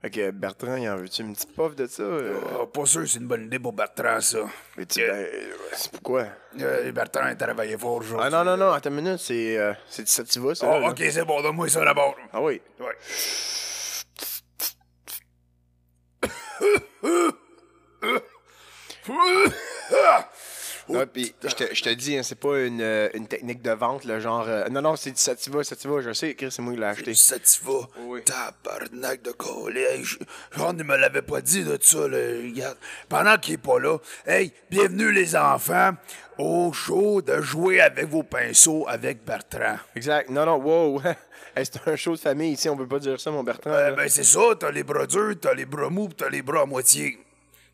Fait que Bertrand, il en veut-tu une petite pof de ça? euh? Ah, pas sûr que c'est une bonne idée pour Bertrand, ça. Et tu- ben, euh, c'est pourquoi? Euh, Bertrand a travaillé fort aujourd'hui. Ah non, non, non, attends une minute, c'est euh, c'est du sativa, ça. Ah, là. ok, c'est bon, donne-moi ça d'abord. Ah oui. Ouais. Ouais, puis je te, je te dis, hein, c'est pas une, euh, une technique de vente, le genre. euh, non, non, c'est du sativa, sativa, je sais, Chris, c'est moi qui l'ai acheté. Sativa, Oui. tabarnak de collège. Genre, il me l'avait pas dit de ça, là. Regarde. Pendant qu'il est pas là, hey, bienvenue les enfants au show de jouer avec vos pinceaux avec Bertrand. Exact. Non, non, wow. Hey, c'est un show de famille ici, on peut pas dire ça, mon Bertrand. Euh, là. ben, c'est ça, t'as les bras durs, t'as les bras mous, pis t'as les bras à moitié.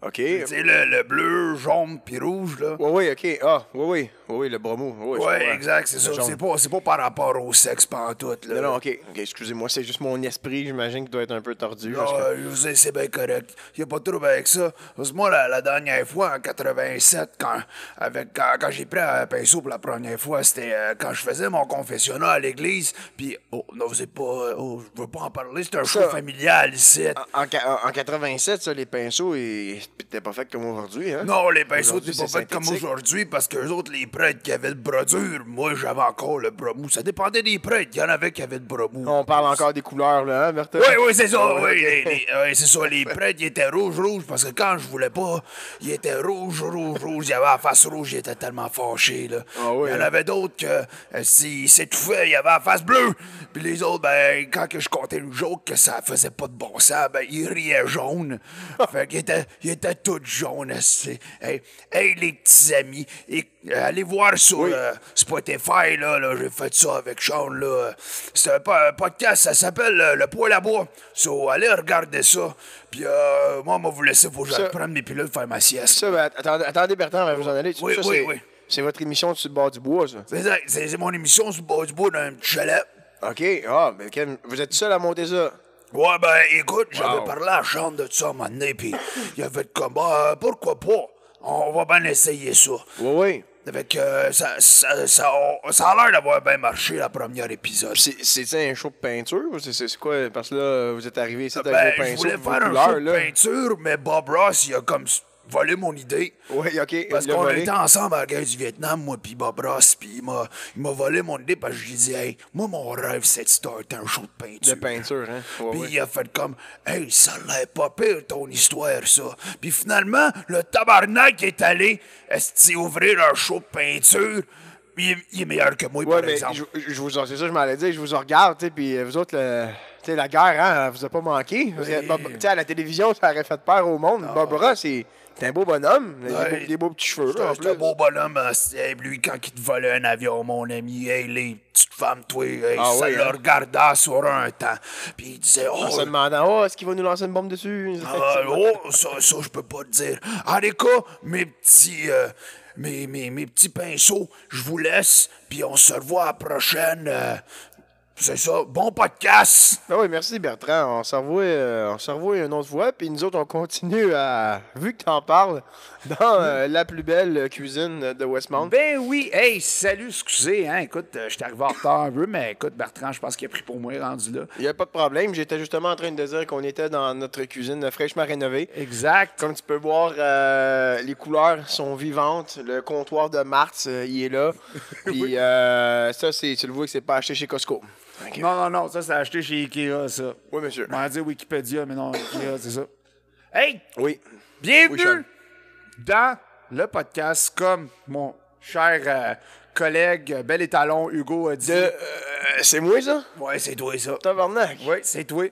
OK. Tu sais, le, le bleu, jaune, puis rouge, là. Oui, oui, OK. Ah, oui, oui. Oui, oui, le bromo. Oui, je Ouais, comprends. exact, c'est ça. jaune. C'est pas, c'est pas par rapport au sexe pantoute, là. Non, non, OK. OK, excusez-moi, c'est juste mon esprit, j'imagine, qui doit être un peu tordu. Ah, parce que- euh, je vous ai, c'est bien correct. Il a pas de trouble avec ça. Parce que moi, la, la dernière fois, en 87, quand, avec, quand, quand j'ai pris un pinceau pour la première fois, c'était euh, quand je faisais mon confessionnat à l'église. Puis, oh, non, vous êtes pas. euh, Oh, je veux pas en parler, c'est un show familial ici. En, ca- en 87, ça, les pinceaux, ils- t'es pas fait comme aujourd'hui, hein? Non, les pinceaux, Aujourd'hui, c'est pas c'est fait comme synthétique. aujourd'hui parce que les autres, les prêtres qui avaient le bras dur, moi, j'avais encore le bras mou. Ça dépendait des prêtres. Il y en avait qui avaient le bras mou. On parle encore des couleurs, là, hein, Bertrand? Oui, oui, c'est ça. Ouais, Oui, ok. les- les- ouais, c'est ça. Les prêtres, ils étaient rouges, rouges, parce que quand je voulais pas, ils étaient rouges, rouges, rouges. Il y avait la face rouge, ils étaient tellement fâchés, là. Ah oui, Il y en hein. avait d'autres que, euh, s'ils s'étouffaient, il y avait la face bleue. Puis les autres, ben, quand que je comptais une joke que ça faisait pas de bon sens, ben, ils riaient jaune. fait qu'ils étaient, ils étaient tous jaunes, esti. Hey, hey, les petits amis, et- euh, allez voir sur Oui. euh, Spotify, là, là, j'ai fait ça avec Sean, là. C'est un, po- un podcast, ça s'appelle euh, Le poêle à bois. So, allez regarder ça. Puis, euh, moi, moi, vous laissez, faut que j'aille Ça- prendre mes pilules, faire ma sieste. Ça, ben, att- attendez, attendez, Bertrand, avant de vous en aller. Oui, ça, oui, c'est- oui. C'est votre émission sur le bord du bois, ça. C'est ça, C'est c'est mon émission sur le bas du bois d'un petit chalet. OK. Ah, mais quel- vous êtes seul à monter ça? Ouais, ben, écoute, j'avais parlé à Sean de ça un moment donné, puis il avait fait comme, bah, euh, pourquoi pas? On va bien essayer ça. Oui, oui. Avec, euh, ça, ça, ça, on- ça a l'air d'avoir bien marché, la première épisode. C'est- C'est un show de peinture ou c'est- c'est c'est quoi? Parce que là, vous êtes arrivé ici avec Ben, vos je pinceaux, voulais vos faire un couleurs, show de là. peinture, mais Bob Ross, il a comme s- volé mon idée. Oui, OK. Parce il l'a qu'on volé. était ensemble à la guerre du Vietnam, moi puis Bob Ross, puis il m'a il m'a volé mon idée parce que je lui ai dit « Hey, moi, mon rêve, c'est de starter un show de peinture. » De peinture, hein? Ouais, Puis ouais. il a fait comme « Hey, ça l'est pas pire, ton histoire, ça. » Puis finalement, le tabarnak est allé esti, ouvrir un show de peinture. Il, est- il est meilleur que moi, Ouais, par mais exemple. je, je- je vous en- c'est ça, je m'allais dire, je vous en regarde, tu sais, puis euh, vous autres, le- tu sais, la guerre, hein, elle vous a pas manqué. Vous êtes- Bob- tu sais, à la télévision, ça aurait fait peur au monde. Bob Ross, c'est c'est un beau bonhomme, il a des, Ah. Ouais. beaux, des beaux petits cheveux. C'est là, en un- c'est un plus. beau bonhomme, hein, c'est- lui, quand il te volait un avion, mon ami, hey, les petites femmes, toi, hey, Ah ça oui, le hein? regardait sur un temps. Puis il disait, oh, En se demandant, oh, est-ce qu'il va nous lancer une bombe dessus? Ah euh, oh, ça, ça, je peux pas te dire. En tout cas, mes petits, euh, mes, mes, mes petits pinceaux, je vous laisse, puis on se revoit à la prochaine. euh, c'est ça, bon podcast! Ah oui, merci Bertrand. On se revoit, euh, on se revoit une autre fois, puis nous autres, on continue à, vu que t'en parles, dans euh, la plus belle cuisine de Westmount. Ben oui, hey, salut, excusez, hein, écoute, je suis arrivé en retard un peu, mais écoute, Bertrand, je pense qu'il a pris pour moi, rendu là. Il n'y a pas de problème, j'étais justement en train de dire qu'on était dans notre cuisine fraîchement rénovée. Exact. Comme tu peux voir, euh, les couleurs sont vivantes. Le comptoir de Marthe, euh, il est là. Puis euh, ça, c'est, tu le vois que c'est pas acheté chez Costco. Non, non, non, ça, c'est acheté chez Ikea, ça. Oui, monsieur. On va dire Wikipédia, mais non, Ikea, c'est ça. Hey, Oui. Oui, Sean. bienvenue dans le podcast, comme mon cher euh, collègue euh, Bel Étalon Hugo a dit. Euh, euh, c'est moi, ça? Ouais, c'est toi, ça. Tabarnak. Oui, c'est toi.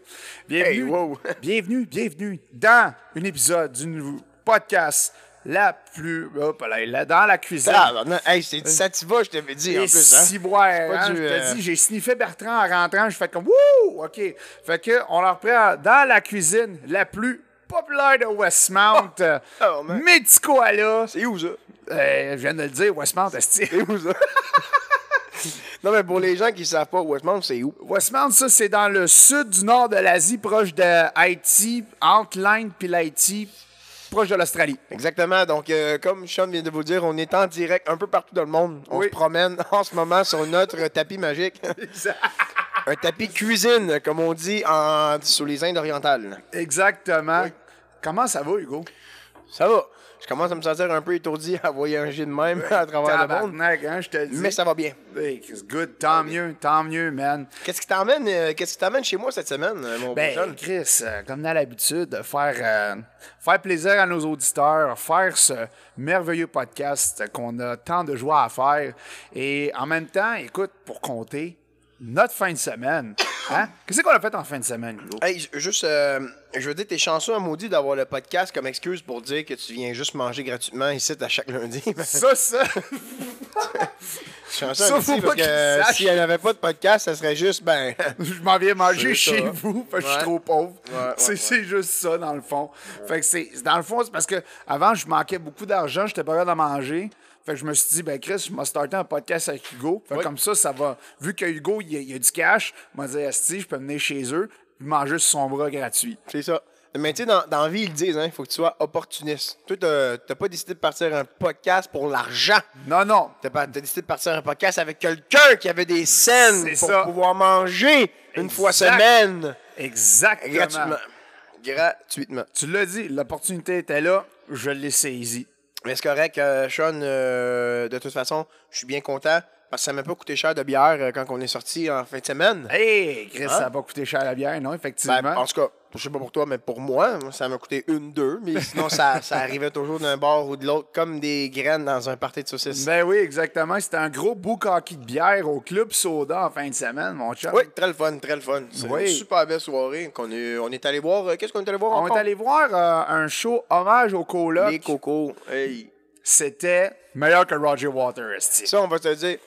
Bienvenue. Hey, wow. bienvenue, bienvenue dans un épisode du nouveau podcast la plus... hop là, là, dans la cuisine. Tabarnak. Hey, c'est du sativa, je t'avais dit, Ah, en Et plus. Hein? ciboire, pas hein, du, je euh, te dis, j'ai sniffé Bertrand en rentrant, je fais comme wouh, ok. Fait que on leur prend dans la cuisine la plus populaire de Westmount, euh, oh, man. Mitty Koala. C'est où, ça? Euh, je viens de le dire, Westmount, esti. C'est où, ça? non, mais pour les gens qui savent pas, Westmount, c'est où? Westmount, ça, c'est dans le sud du nord de l'Asie, proche de Haïti, entre l'Inde puis l'Haïti, proche de l'Australie. Exactement. Donc, euh, comme Sean vient de vous le dire, on est en direct un peu partout dans le monde. On Oui. se promène en ce moment sur notre tapis magique. un tapis cuisine, comme on dit en, sur les Indes orientales. Exactement. Comment ça va, Hugo? Ça va. Je commence à me sentir un peu étourdi à voyager de même à travers le monde. Tabarnak, hein, je te le dis. Mais ça va bien. Hey, it's good, tant mieux, tant mieux, man. Qu'est-ce qui t'emmène euh, qu'est-ce qui t'emmène chez moi cette semaine, euh, mon Ben, beau John? Chris, euh, comme dans l'habitude, de faire, euh, faire plaisir à nos auditeurs, faire ce merveilleux podcast qu'on a tant de joie à faire. Et en même temps, écoute, pour compter, notre fin de semaine. Hein? Qu'est-ce qu'on a fait en fin de semaine, Hugo? Hey, j- juste, euh, je veux dire, t'es chanceux à maudit d'avoir le podcast comme excuse pour dire que tu viens juste manger gratuitement ici à chaque lundi. Ça, ça! chanceux Ça, à faut maudit, pas parce qu'il que sache. s'il n'y avait pas de podcast, ça serait juste, ben, je m'en viens manger C'est chez ça. vous parce que je suis Ouais. trop pauvre. Ouais, ouais, c'est ouais. c'est juste ça, dans le fond. Fait que c'est, dans le fond, c'est parce que avant, je manquais beaucoup d'argent, j'étais pas capable à manger. Fait que je me suis dit, ben Chris, je m'a starté un podcast avec Hugo. Fait que Oui. comme ça, ça va. Vu que Hugo, il, a- il a du cash, il m'a dit, Asti, je peux venir chez eux, puis manger sur son bras gratuit. c'est ça. Mais tu sais, dans, dans la vie, ils le disent, hein, il faut que tu sois opportuniste. Toi, t'as t'as pas décidé de partir un podcast pour l'argent. Non, non. T'as pas- t'as décidé de partir un podcast avec quelqu'un qui avait des scènes C'est pour ça. pouvoir manger une fois Exact. semaine. Exactement. Gratuitement. Gratuitement. Tu l'as dit, l'opportunité était là, je l'ai saisie. Mais c'est correct, euh, Sean, euh, de toute façon, je suis bien content parce que ça m'a pas coûté cher de bière euh, quand on est sorti en fin de semaine. Hey, Chris, ça n'a pas coûté cher la bière, non, effectivement. Hein? Ben, en tout cas, je sais pas pour toi, mais pour moi, moi, ça m'a coûté une, deux, mais sinon ça, ça arrivait toujours d'un bord ou de l'autre comme des graines dans un party de saucisses. Ben oui, exactement. C'était un gros boucaki de bière au Club Soda en fin de semaine, mon chum. oui, très le fun, très le fun. C'est Oui. une super belle soirée qu'on est, on est allé voir. euh, Qu'est-ce qu'on est allé voir On encore? est allé voir euh, un show hommage au coloc. Les cocos. Hey. C'était meilleur que Roger Waters. esti. Ça, on va te le dire.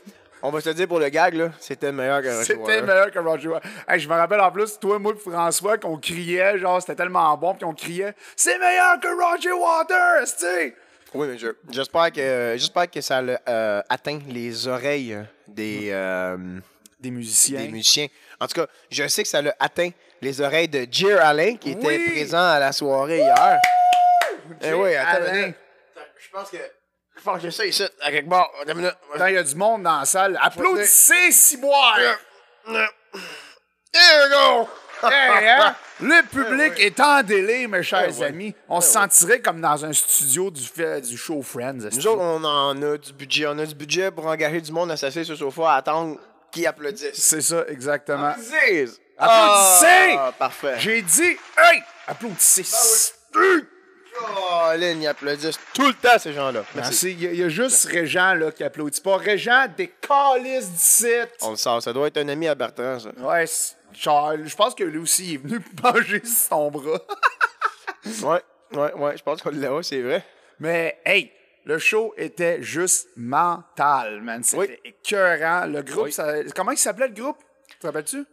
On va te le dire pour le gag, là, c'était meilleur que Roger C'était Waters. meilleur que Roger Waters. Hey, je me rappelle en plus, toi, moi et François, qu'on criait, genre, c'était tellement bon, puis on criait « C'est meilleur que Roger Waters! » esti. Oui, mais je- j'espère que j'espère que ça a euh, atteint les oreilles des, euh, Des musiciens. des musiciens. En tout cas, je sais que ça a atteint les oreilles de Jer Allen qui était Oui. présent à la soirée hier. Eh Jer oui, attends, une Alain. minute. Attends, je pense que je pense que ça ici à quelque part. Attends une minute. Attends, il y a du monde dans la salle. Applaudissez, Ciboire! Euh, Here we go. Hey, hein? Le public Eh est en délai, mes chers Eh ouais. amis. On se sentirait comme dans un studio du, fait- du show Friends. esti. Nous autres, on en a du budget, on a du budget pour engager du monde à s'asseoir sur le sofa à attendre qu'ils applaudissent. C'est ça, exactement. Applaudissez. Applaudissez! Ah, parfait. J'ai dit, hey, applaudissez. Hey! Oh, Lynn, ils applaudissent tout le temps, ces gens-là. Merci. Merci. Il y, a- il y a juste Régent là, qui applaudit pas. Régent, des calices d'ici. On le sort, ça doit être un ami à Bertrand, ça. Oh. Ouais, c'est- Charles, je pense que lui aussi il est venu manger sur son bras. Ouais, ouais, ouais, je pense qu'on l'a, ouais, c'est vrai. Mais hey, le show était juste mental, man. C'était Oui. écœurant. Le groupe, Oui. ça- comment il s'appelait le groupe? Tu te rappelles-tu?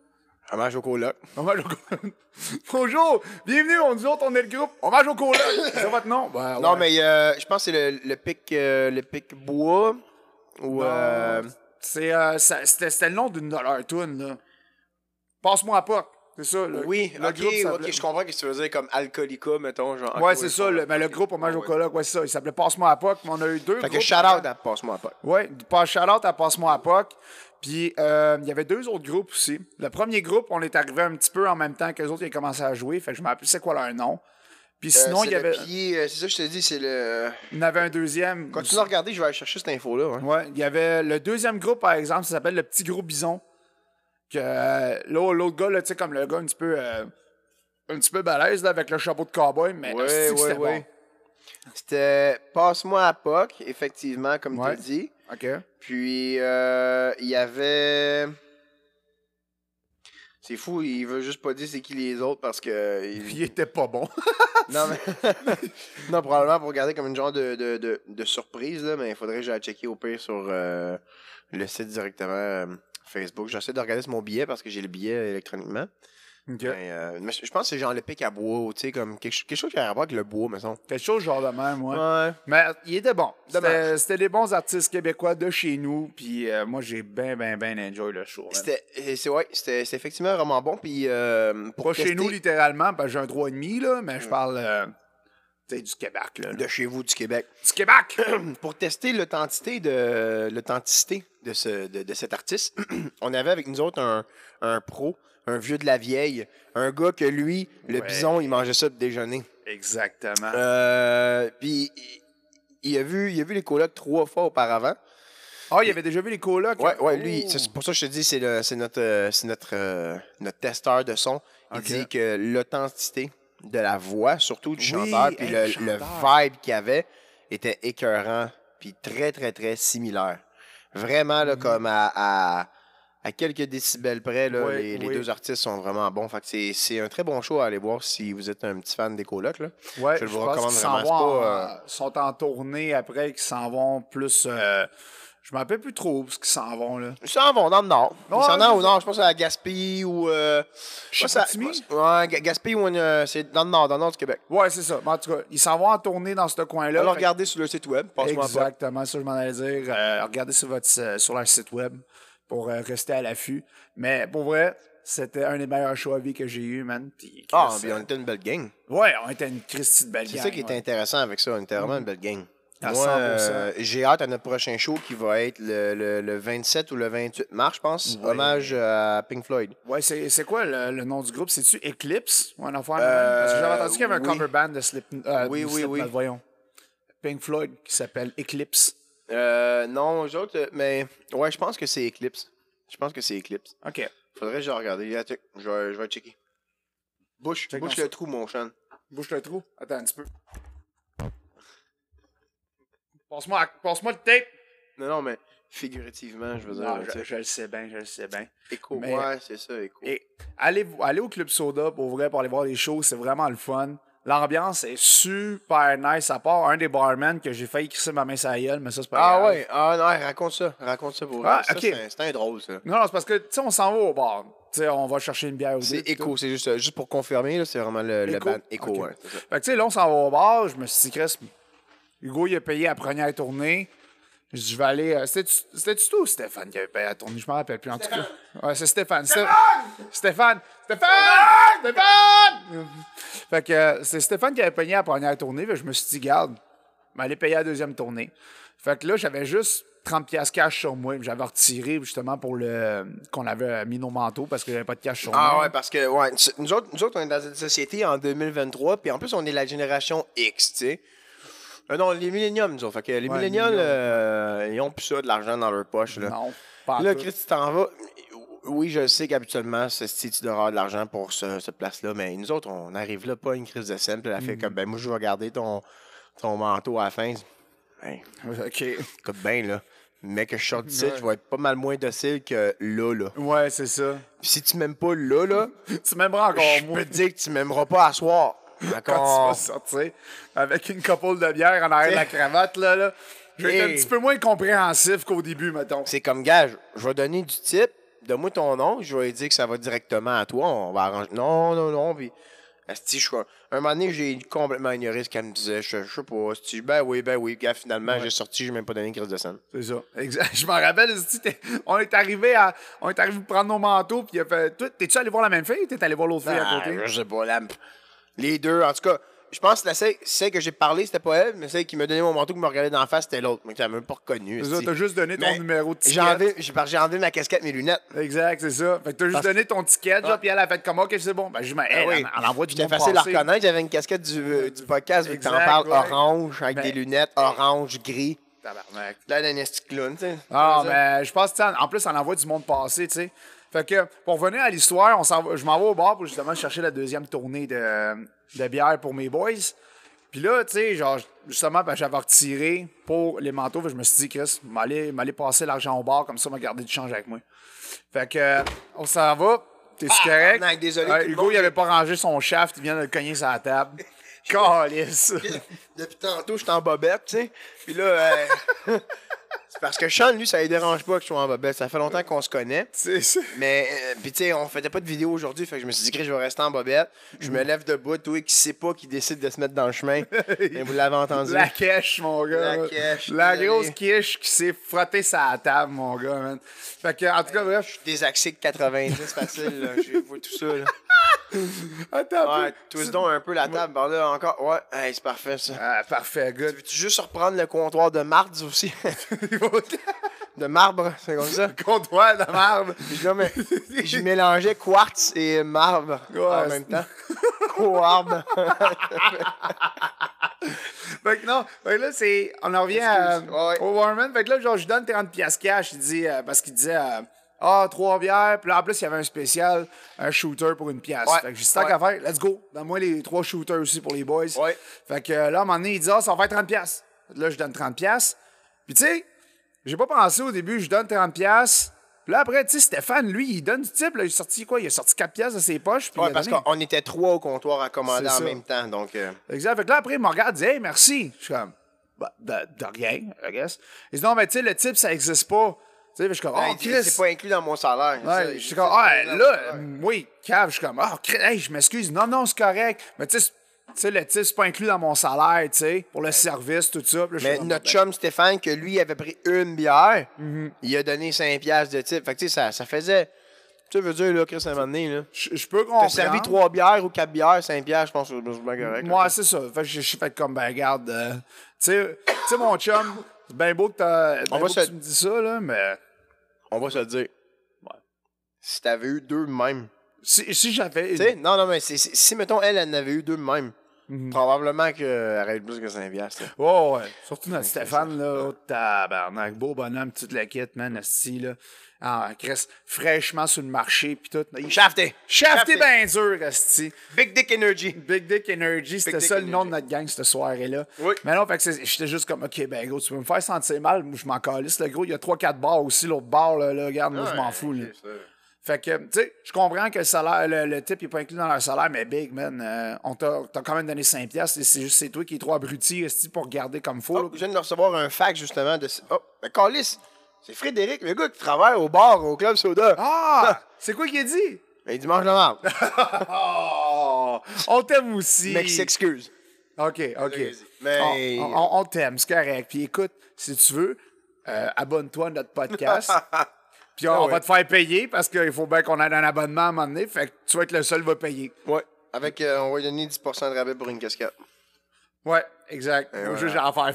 Hommage au coloc. Hommage au coloc. Bonjour, bienvenue, on nous autres, on est le groupe. Hommage au coloc. C'est votre nom? Ben, Non, ouais. mais euh, je pense que c'est le, le pic, euh, le pic bois, ou... euh, C'est, euh, ça- c'était, c'était le nom d'une de leurs tunes, là. Passe-moi la porte. C'est ça. Le, Oui, le ok, groupe s'appelait- ok, je comprends ce que tu veux dire, comme Alcoolica, mettons, genre... Ouais, alcool, c'est ça, le, alcool. ben, le groupe Hommage au Ouais. coloc, ouais, c'est ça. Il s'appelait Passe-moi à POC, mais on a eu deux. Fait que groupes. shout-out à Passe-moi pas. Ouais, pas shout-out à Passe-moi à POC. Puis, euh, il y avait deux autres groupes aussi. Le premier groupe, on est arrivé un petit peu en même temps que les autres, ils ont commencé à jouer. Fait que je me rappelle c'est quoi leur nom. Puis sinon, il y avait, Euh, c'est ça, je te dis, c'est le... il y en avait un deuxième. Continue à regarder, je vais aller chercher cette info-là. hein. Ouais, il y avait le deuxième groupe, par exemple, ça s'appelle le petit gros bison. Que euh, l'au- l'autre gars, là, tu sais, comme le gars un petit peu, euh, un petit peu balèze là, avec le chapeau de cowboy, mais Ouais, hostie que ouais, c'était ouais. C'était Passe-moi à POC, effectivement, comme Ouais. tu dis. bon. OK. Puis, euh, il y avait. C'est fou, il veut juste pas dire c'est qui les autres parce que. il- Il était pas bon. non, mais... non, probablement pour garder comme une genre de, de, de, de surprise, là, mais il faudrait que j'aille checker au pire sur euh, le site directement euh, Facebook. J'essaie de regarder sur mon billet parce que j'ai le billet électroniquement. OK. Mais, euh, mais je pense que c'est genre le pic à bois, ou tu sais, comme quelque, quelque chose qui a à voir avec le bois, mais son. Quelque chose genre de même, ouais. Ouais. Mais il était bon. Dommage. C'était c'était des bons artistes québécois de chez nous. Puis euh, moi, j'ai bien, bien, bien enjoy le show. man. C'était et c'est- ouais, c'était c'était effectivement vraiment bon. Puis, euh, pour Pas chez tester- nous, littéralement, parce que j'ai un 3,5, là, mais je parle euh, Tu sais, du Québec, là. de chez vous du Québec. Du Québec! Pour tester l'authenticité de l'authenticité de, ce, de, de cet artiste, on avait avec nous autres un, un pro, un vieux de la vieille, un gars que lui, le Ouais. bison, il mangeait ça pour déjeuner. Exactement. Euh, puis il- il a vu, il a vu les colocs trois fois auparavant. Ah, il avait déjà vu les colocs? Ouais, ouais, lui, Oh. c'est pour ça que je te dis, c'est le- c'est notre, euh, c'est notre, euh, notre testeur de son. Il Ok. dit que l'authenticité de la voix, surtout du Oui, chanteur, puis hey, le, le le chanteur. vibe qu'il avait était écœurant, puis très, très, très similaire. Vraiment, Mm. là, comme à, à, à quelques décibels près, là, Ouais, les, les oui. deux artistes sont vraiment bons. Fait que c'est- c'est un très bon show à aller voir si vous êtes un petit fan des colocs. Là. Ouais, Je le vous pense recommande qu'ils s'en vraiment, vont c'est en- pas, euh, sont en tournée après, qu'ils s'en vont plus. euh, je m'en rappelle plus trop où ce qu'ils s'en vont, là. Ils s'en vont dans le nord. Ils Ouais, s'en vont c'est au nord, je pense à Gaspé ou. Euh, je pense à- Chicoutimi? Ouais, Ga- Gaspé ou une, euh, c'est dans le nord, dans le nord du Québec. Ouais, c'est ça. Mais en tout cas, ils s'en vont en tournée dans ce coin-là. Alors Fait- regardez sur le site web, passe-moi un peu. Exactement, ça je m'en allais dire. Euh, regardez sur, votre, euh, sur leur site web pour euh, rester à l'affût. Mais pour vrai, c'était un des meilleurs choix à vie que j'ai eu, man. Puis, Ah, Chris, puis on euh, était une belle gang. Ouais, on était une Christie de belle C'est gang, ça qui était ouais. intéressant avec ça, on était vraiment une belle gang. À Moi, 100%. euh, j'ai hâte à notre prochain show qui va être le, le- le 27 ou le 28 mars, je pense. Ouais. Hommage à Pink Floyd. Ouais, c'est c'est quoi le, le nom du groupe? C'est-tu Eclipse ou un enfant? Euh, Parce que j'avais entendu qu'il y avait un oui. cover band de Slip. euh, Oui, de oui, Slipknot, oui. Voyons. Pink Floyd qui s'appelle Eclipse. Euh, non, eux autres, euh, mais ouais, je pense que c'est Eclipse. Je pense que c'est Eclipse. OK. Faudrait que je regarde. Il y a- check, Je vais, je vais checker. Bouche, Check bouche dans le trou, mon chien. Bouche le trou. Attends un petit peu. Passe-moi à- passe-moi le tape. Non, non, mais figurativement, je veux dire. Non, tu je, sais, je Ah, le sais bien, je le sais bien. écho, mais- ouais, c'est ça, écho. Et allez, vo- allez au Club Soda pour vrai, pour aller voir les shows, c'est vraiment le fun. L'ambiance est super nice, à part un des barmen que j'ai failli crisser ma main sur la gueule, mais ça, c'est pas Ah grave. ouais, ah non, raconte ça, raconte ça pour Ah, vrai. Ça, ok. c'est un- C'est un drôle, ça. Non, non, c'est parce que, tu sais, on s'en va au bar. Tu sais, on va chercher une bière ou deux. C'est puis tout. écho, c'est juste, euh, juste pour confirmer, là, c'est vraiment le, le Écho? band écho. Ok. ouais, c'est ça. Fait que, tu sais, là, on s'en va au bar. Je me suis dit, Chris, Hugo, il a payé la première tournée. Je dis, je vais aller. euh, c'était-tu c'était-tu toi ou Stéphane qui avait payé la tournée? Je m'en rappelle plus, en tout cas. Ouais, c'est Stéphane. Stéphane! Stéphane! Stéphane! Stéphane! Fait que euh, c'est Stéphane qui avait payé la première tournée. fait que je me suis dit, garde, je vais aller payer la deuxième tournée. Fait que là, j'avais juste 30 piastres cash sur moi. puis J'avais retiré justement pour le. euh, qu'on avait mis nos manteaux parce que j'avais pas de cash sur Ah moi. ouais, parce que ouais, c'est- nous, autres, nous autres, on est dans une société en 2023, puis en plus, on est la génération X, tu sais. Euh, non, les milléniums, nous autres. Fait que les Ouais, millénials, millénials. euh, ils ont plus ça de l'argent dans leur poche, là. Non, pas en Là, tout. Chris, tu t'en vas. Oui, je sais qu'habituellement, c'est si tu dois avoir de l'argent pour ce, cette place-là, mais nous autres, on arrive là, pas à une crise de scène, puis elle Mm. fait comme, ben moi, je vais garder ton, ton manteau à la fin. Ben, OK. écoute bien, là. Mais que je sorte d'ici, je vais être pas mal moins docile que là, là. Ouais, c'est ça. Puis si tu m'aimes pas là, là, Tu m'aimeras encore je moins peux te dire que tu m'aimeras pas à soir. quand tu vas D'accord? sortir avec une couple de bière en arrière de la cravate, là. là. Je vais être Hey. un petit peu moins compréhensif qu'au début, mettons. C'est comme, gars, je- je vais donner du type, donne-moi ton nom, je vais lui dire que ça va directement à toi, on va arranger. Non, non, non, puis. Asti, je suis un un moment donné, j'ai complètement ignoré ce qu'elle me disait. Je, je sais pas. asti, ben oui, ben oui. Gars, finalement, j'ai sorti, j'ai même pas donné une crise de scène. C'est ça. Exact. Je m'en rappelle, c'est-tu, t'es- on est arrivé à on est arrivé prendre nos manteaux, puis il a fait Toi, T'es-tu allé voir la même fille ou t'es allé voir l'autre fille à Ah, côté je sais pas, la- Les deux, en tout cas, je pense que la celle, celle que j'ai parlé, c'était pas elle, mais celle qui m'a donné mon manteau, qui me regardait d'en face, c'était l'autre. Moi, qui l'avais même pas reconnu. C'est ça, asti. t'as juste donné ton Mais numéro de J'ai ticket. enlevé, j'ai, parce que j'ai enlevé ma casquette, mes lunettes. Exact, c'est ça. Fait que t'as juste donné ton ticket, genre, puis elle a fait comme OK, c'est bon. Ben, je m'en Ah oui. on envoie du J'étais monde facile à passer. reconnaître. J'avais une casquette du, euh, du podcast, vu que t'en Exact, parles ouais. orange, avec Ben, des lunettes orange, gris. Tabarnak. Là, d'un esti de clown, tu sais. Ah, C'est ça. mais je pense, tu sais, en plus, on envoie du monde passer, tu sais. Fait que, pour revenir à l'histoire, on s'en va- je m'en vais au bar pour justement chercher la deuxième tournée de, de bière pour mes boys. Puis là, tu sais, genre, justement, ben, j'avais retiré pour les manteaux. Fait que je me suis dit, Chris, m'aller m'aller passer l'argent au bar, comme ça, m'a gardé du change avec moi. Fait que, euh, on s'en va. T'es-tu correct? Ah, Euh, tabarnak, désolé, tout le Hugo, monde, il j'ai- avait pas rangé son shaft, il vient de le cogner sur la table. Calice! Depuis tantôt, je suis en bobette, tu sais. Puis là, euh, c'est parce que Sean, lui, ça ne dérange pas que je sois en bobette. Ça fait longtemps qu'on se connaît. C'est ça. Mais, euh, puis tu sais, on faisait pas de vidéo aujourd'hui, fait que je me suis dit que je vais rester en bobette. Je me lève debout, toi qui sait pas, qui décide de se mettre dans le chemin. Mais vous l'avez entendu. La quiche, mon gars. La quiche, La désolé. grosse quiche qui s'est frottée sa table, mon gars, man. Fait que, en tout cas, bref, Des axes de 90 facile, là. J'ai vu tout ça, là. Attends, un Ouais, peu. twist donc un peu la table par là encore. Ouais, Hey, c'est parfait ça. Ah, parfait, Tu good. veux juste reprendre le comptoir de marbre aussi? de marbre, c'est comme ça. Comptoir de marbre. Puis là, mais, je mélangeais quartz et marbre en Ouais, même c'est- temps. Quarbe. Fait que non, fait que là, c'est. On en revient à- Excuse. Ouais. au Warman. Fait que là, genre, je lui donne 30 piastres cash. Il dit, euh, parce qu'il disait, euh, ah, trois bières. Puis là, en plus, il y avait un spécial, un shooter pour une pièce. Ouais. Fait que j'ai dit, tant Ouais. qu'à faire, let's go. Donne-moi les trois shooters aussi pour les boys. Ouais. Fait que euh, là, à un moment donné, il dit, ah, ça va faire 30 piastres. Là, je donne 30 piastres. Puis tu sais, j'ai pas pensé au début, je donne 30 piastres. Puis là, après, tu sais, Stéphane, lui, il donne du type. Là, il a sorti quoi? Il a sorti 4 piastres de ses poches. Puis il Ouais, a parce donné. qu'on était trois au comptoir à commander C'est en ça. même temps. Donc, euh, Exact. Fait que là, après, il me regarde, il dit, hey, merci. Je suis comme, bah, de, de rien, I guess. Il dit, non, mais tu sais, le type, ça existe pas. Tu sais, puis je suis comme, oh, hey, Chris. c'est pas inclus dans mon salaire. Ça, Ouais, je j'ai suis comme, fait ah, ça dans là, mon salaire. oui, cave. Je suis comme, oh, Chris, hey, je m'excuse. Non, non, c'est correct. Mais tu sais, c'est- tu sais, le type, c'est pas inclus dans mon salaire, tu sais, pour le service, tout ça. Puis là, je suis Mais comme, notre Ben, chum Stéphane, que lui avait pris une bière, il a donné 5 piastres de type. Fait que tu sais, ça, ça faisait. Tu sais, veux dire, là, Chris, à un moment donné, là. je je peux T'as comprendre. servi 3 bières ou 4 bières, 5 bières, je pense que c'est bien correct. Moi, c'est ça. Fait que je je suis fait comme, ben, regarde, euh, tu sais, tu sais, mon chum, c'est bien beau que, t'as- ben va beau se- que tu me dis ça, là, mais. On va se le dire. Ouais. Si t'avais eu deux de même. Si, si j'avais. Tu sais, non, non, mais c'est- c'est- si, mettons, elle, elle en avait eu deux de même, Mhm. probablement qu'elle aurait eu plus que 5 piastres. là. Ouais, ouais. Surtout notre Stéphane, là. Oh, tabarnak. Beau bonhomme, toute la quête, man, asti, là. Ah, Chris, fraîchement sur le marché, pis tout. Il Shafté! Shafté Shafté. ben dur, asti. Big Dick Energy! Big Dick Energy, c'était Dick ça le nom Energy. de notre gang, cette soirée-là. Oui. Mais non, fait que c'est- j'étais juste comme, OK, ben, gros, tu veux me faire sentir mal, moi, je m'en calisse, le gros. Il y a 3-4 bars aussi, l'autre bar, là, là, regarde, moi, je m'en fous, là. Fait que, tu sais, je comprends que le salaire, le, le type, il est pas inclus dans leur salaire, mais big, man, euh, on t'a t'a quand même donné 5 piastres, et c'est juste, c'est toi qui es trop abruti, esti, pour regarder comme faux, là. Oh, je viens de recevoir un fax, justement, de... Oh, mais Calis, c'est Frédéric, le gars qui travaille au bar, au Club Soda. Ben, Ah! C'est quoi qu'il a dit? Mais dimanche le marbre. Ah! Oh! On t'aime aussi. Mais qui s'excuse. OK, OK. Mais- On, on- on t'aime, c'est correct. Puis écoute, si tu veux, euh, abonne-toi à notre podcast. Puis on, Ah on ouais. va te faire payer parce qu'il faut bien qu'on ait un abonnement à un moment donné. Fait que tu vas être le seul qui va payer. Ouais. Avec, euh, on va lui donner 10% de rabais pour une casquette. Ouais, exact. Au voilà. juge à en faire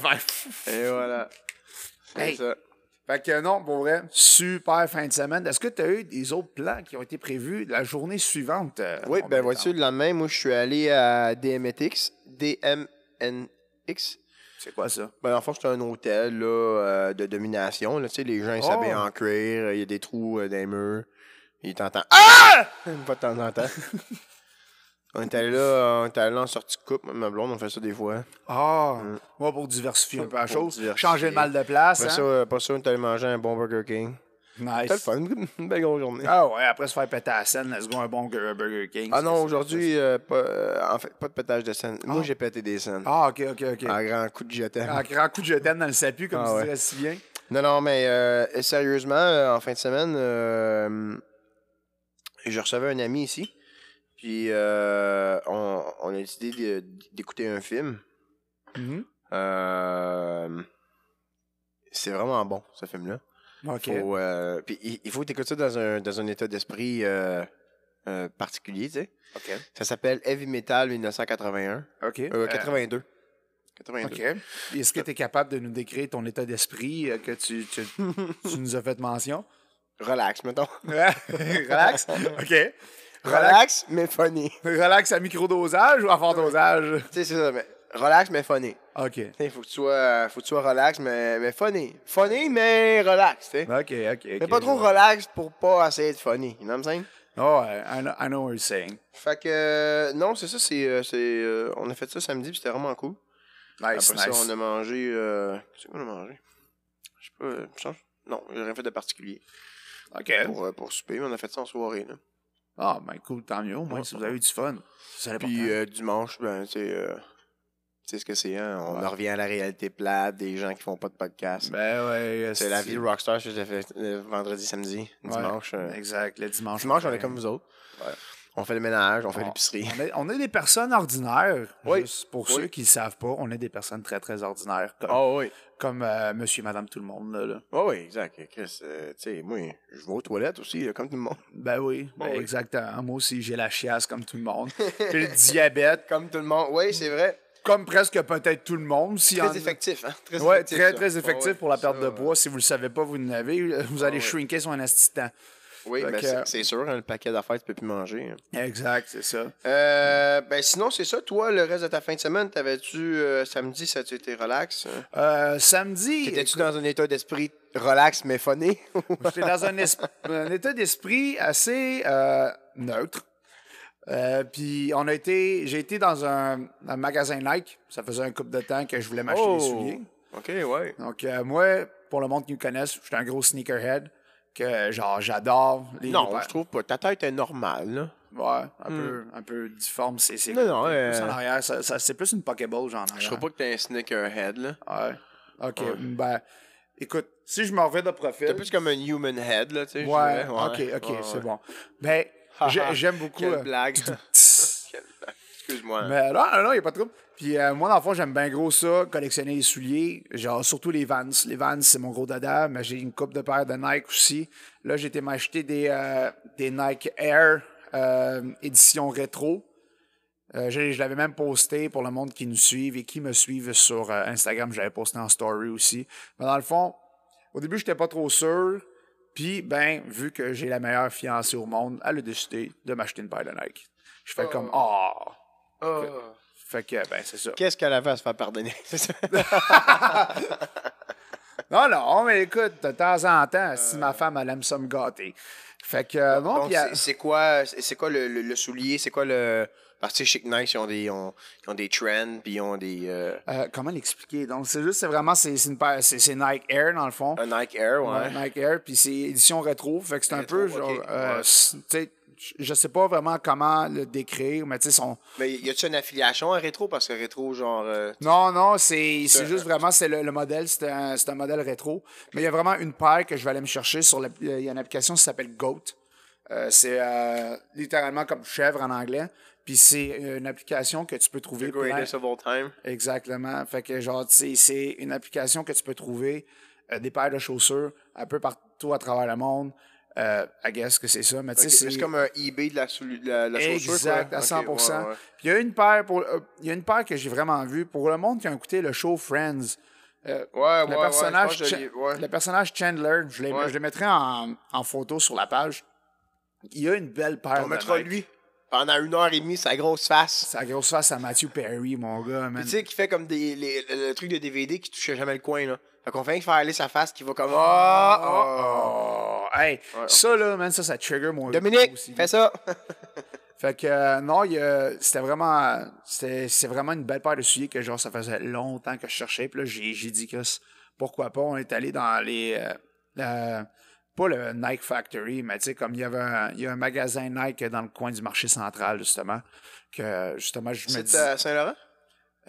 faire. Et voilà. C'est Hey. ça. fait que non, pour vrai, super fin de semaine. Est-ce que tu as eu des autres plans qui ont été prévus la journée suivante? euh, Oui, mon ben béton? vois-tu, le lendemain, moi, je suis allé à DMTX. DMNX. C'est quoi ça? Ben, en fait, c'est un hôtel là, euh, de domination. Là, tu sais, les gens, ils Oh. s'habillent en cuir. euh, Il y a des trous euh, dans les murs. Ils t'entendent. Ah! Pas de temps en temps. on est allé là, euh, on est allé là en sortie de coupe. Ma blonde, on fait ça des fois. Ah, moi pour diversifier un peu la Hein? Pour chose, diversifier. changer le mal de place. Après ça, hein? euh, pas ça, on est allé manger un bon Burger King. Nice. C'était le fun. Une belle grosse journée. Ah ouais, après se faire péter à la scène, let's go un bon Gur- Burger King. Ah c'est non, ça. aujourd'hui, euh, pas, euh, en fait, pas de pétage de scène. Moi, j'ai pété des scènes. Ah, ok, ok, ok. Un grand coup de jeté. Un grand coup de je t'aime dans le sapu, comme Ah tu ouais. dirais si bien. Non, non, mais euh, sérieusement, euh, en fin de semaine, euh, je recevais un ami ici. Puis euh, on, on a décidé de- d'écouter un film. Mm-hmm. Mhm. Euh, C'est vraiment bon, ce film-là. Mm-hmm. Ok. Faut, euh, puis il, il faut t'écouter ça dans un, dans un état d'esprit euh, euh, particulier, tu sais. Ok. Ça s'appelle Heavy Metal 1981. Ok. Euh, Euh, 82. 82. Ok. Est-ce que tu es capable de nous décrire ton état d'esprit euh, que tu, tu, tu nous as fait mention? Relax, mettons. Relax. OK. Relax. Relax, mais funny. Tu Relax à micro-dosage ou à fort dosage? sais, c'est ça, mais relax, mais funny. OK. Il faut que tu sois, faut que tu sois relax, mais, mais funny. Funny, mais relax, tu sais. OK, OK. Mais pas trop relax pour pas essayer de funny, you know what I'm saying? Oh, ouais, I know, I know what you're saying. Fait que, euh, non, c'est ça, c'est, euh, c'est, euh, on a fait ça samedi, puis c'était vraiment cool. Nice, Après nice. ça, on a mangé, euh, qu'est-ce qu'on a mangé? Je sais pas, euh, je pense- non, j'ai rien fait de particulier OK. pour, euh, pour souper, mais on a fait ça en soirée, là. Ah, ben cool, tant mieux. Au moins, si vous avez eu du fun, c'est l'important. Puis euh, dimanche, ben, tu sais, euh, tu sais ce que c'est, hein? On Ouais. en revient à la réalité plate, des gens qui font pas de podcast. ben ouais, c'est la vie de rockstar que j'ai fait euh, vendredi, samedi, Ouais, dimanche. euh. Exact, le dimanche. dimanche, on est comme vous autres. Ouais. On fait le ménage, on fait On- l'épicerie. On est, on est des personnes ordinaires. Oui. Juste pour Oui. ceux qui ne savent pas, on est des personnes très, très ordinaires. Comme, Oh oui. comme, euh, monsieur, madame, tout le monde. là, là. Oh oui, exact. Chris, euh, tu sais, moi, je vais aux toilettes aussi, là, comme tout le monde. Ben oui, ben oui. exactement. Moi aussi, j'ai la chiasse comme tout le monde. J'ai le diabète, Comme tout le monde. Oui, c'est vrai. comme presque peut-être tout le monde. Si Très effectif, hein? Très Ouais, effectif, très, ça. très effectif Ah ouais, pour la perte ça, de euh, poids. Si vous le savez pas, vous ne l'avez. Vous allez ouais. shrinker son assistant. Oui, Fait ben, que- c'est- c'est sûr, hein, le paquet d'affaires, tu peux plus manger. hein. Exact, c'est ça. Euh, ben sinon, c'est ça. Toi, le reste de ta fin de semaine, t'avais-tu euh, samedi, ça tu été relax? hein? Euh, samedi, T'étais-tu dans un état d'esprit relax mais funné? j'étais dans un, es- un état d'esprit assez euh, neutre. Euh, puis on a été, j'ai été dans un, un magasin Nike. Ça faisait un couple de temps que je voulais m'acheter des souliers. Oh! OK, ouais. Donc euh, moi, pour le monde qui me connaisse, je suis un gros sneakerhead que genre j'adore. les- Non, ouais, je trouve pas. Ta tête est normale, là. ouais, un peu, un peu difforme. C'est c'est Non, non, plus euh, en arrière. ça- ça- c'est plus une pokéball genre. en Je arrière. trouve pas que t'es un sneakerhead, là. Ouais. OK. Ben, écoute, si je m'en vais de profil. T'es plus comme un human head, là, tu sais. je Ouais, dirais. ok, ok, ouais, c'est ouais. bon. Ben, j'ai- j'aime beaucoup. Quelle euh, blague. Quelle blague. Excuse-moi. Mais non, non, non, il n'y a pas de trouble. Puis euh, moi, dans le fond, j'aime bien gros ça, collectionner les souliers, genre surtout les Vans. Les Vans, c'est mon gros dada, mais j'ai une coupe de paires de Nike aussi. Là, j'ai été m'acheter des, euh, des Nike Air euh, édition rétro. Euh, je je l'avais même posté pour le monde qui nous suivent et qui me suivent sur euh, Instagram. J'avais posté en story aussi. Mais dans le fond, au début, j'étais pas trop sûr. Puis, ben, vu que j'ai la meilleure fiancée au monde, elle a décidé de m'acheter une paire de Nike. Je fais comme, ah, Oh. fait que, ben, c'est ça. Qu'est-ce qu'elle avait à se faire pardonner? C'est ça. Non, non, mais écoute, de temps en temps, si ma femme, elle aime ça me gâter. Fait que, euh, non, Euh. Donc, puis elle- c'est- c'est quoi, c'est c'est quoi le, le- le soulier? C'est quoi le. Parce que Chic Nice, ils ont des, ont- ils ont des trends, puis ils ont des. euh, euh, comment l'expliquer? Donc, c'est juste, c'est vraiment, c'est c'est une paire, c'est c'est Nike Air, dans le fond. un Nike Air, Euh, ouais. Ouais, Nike Air, puis c'est édition rétro. Fait que c'est un Rétro, peu, genre, ok, euh, ouais. c'est- tu sais, je- je sais pas vraiment comment le décrire, mais tu sais, son... Mais y a-tu une affiliation à rétro? Parce que rétro, genre. euh, Non, non, c'est C'est- c'est juste vraiment, c'est le, le modèle, c'est un, c'est un modèle rétro. Mais il y a vraiment une paire que je vais aller me chercher sur, l'app- il y a une application qui s'appelle Goat. Euh, c'est euh, littéralement comme chèvre en anglais. Puis c'est une application que tu peux trouver. The plein- greatest of all time. Exactement. Fait que genre, tu sais, c'est une application que tu peux trouver euh, des paires de chaussures un peu partout à travers le monde. Euh, I guess que c'est ça. Mais tu Ok, sais, C'est comme un eBay de la, sou- de la, de la chaussure. Exact, quoi. à Ok, 100%. ouais, ouais. Puis il y a une paire pour, euh, il y a une paire que j'ai vraiment vue pour le monde qui a écouté le show Friends. euh, Ouais, le, ouais, personnage ouais, je pense que je l'ai- Cha- ouais. le personnage Chandler, je, l'ai- Ouais. je le mettrai en, en photo sur la page. Il y a une belle paire. On de mettra Nike. lui pendant une heure et demie, sa grosse face. Sa grosse face à Matthew Perry, mon gars, man. Tu sais, qui fait comme des, les- le truc de DVD qui touchait jamais le coin, là. Fait qu'on fait faire aller sa face qui va comme. Ah, ah, ah. Oh, hey, ça là, man, ça, ça trigger mon Dominique, aussi. fais ça! Fait que euh, non, il y a- c'était vraiment, c'était, c'est vraiment une belle paire de souliers que genre ça faisait longtemps que je cherchais. Puis là, j'ai, j'ai dit que c- pourquoi pas, on est allé dans les, euh, euh, pas le Nike Factory, mais tu sais comme il y avait, un, il y a un magasin Nike dans le coin du marché central justement que justement je me C'est dis, à Saint-Laurent?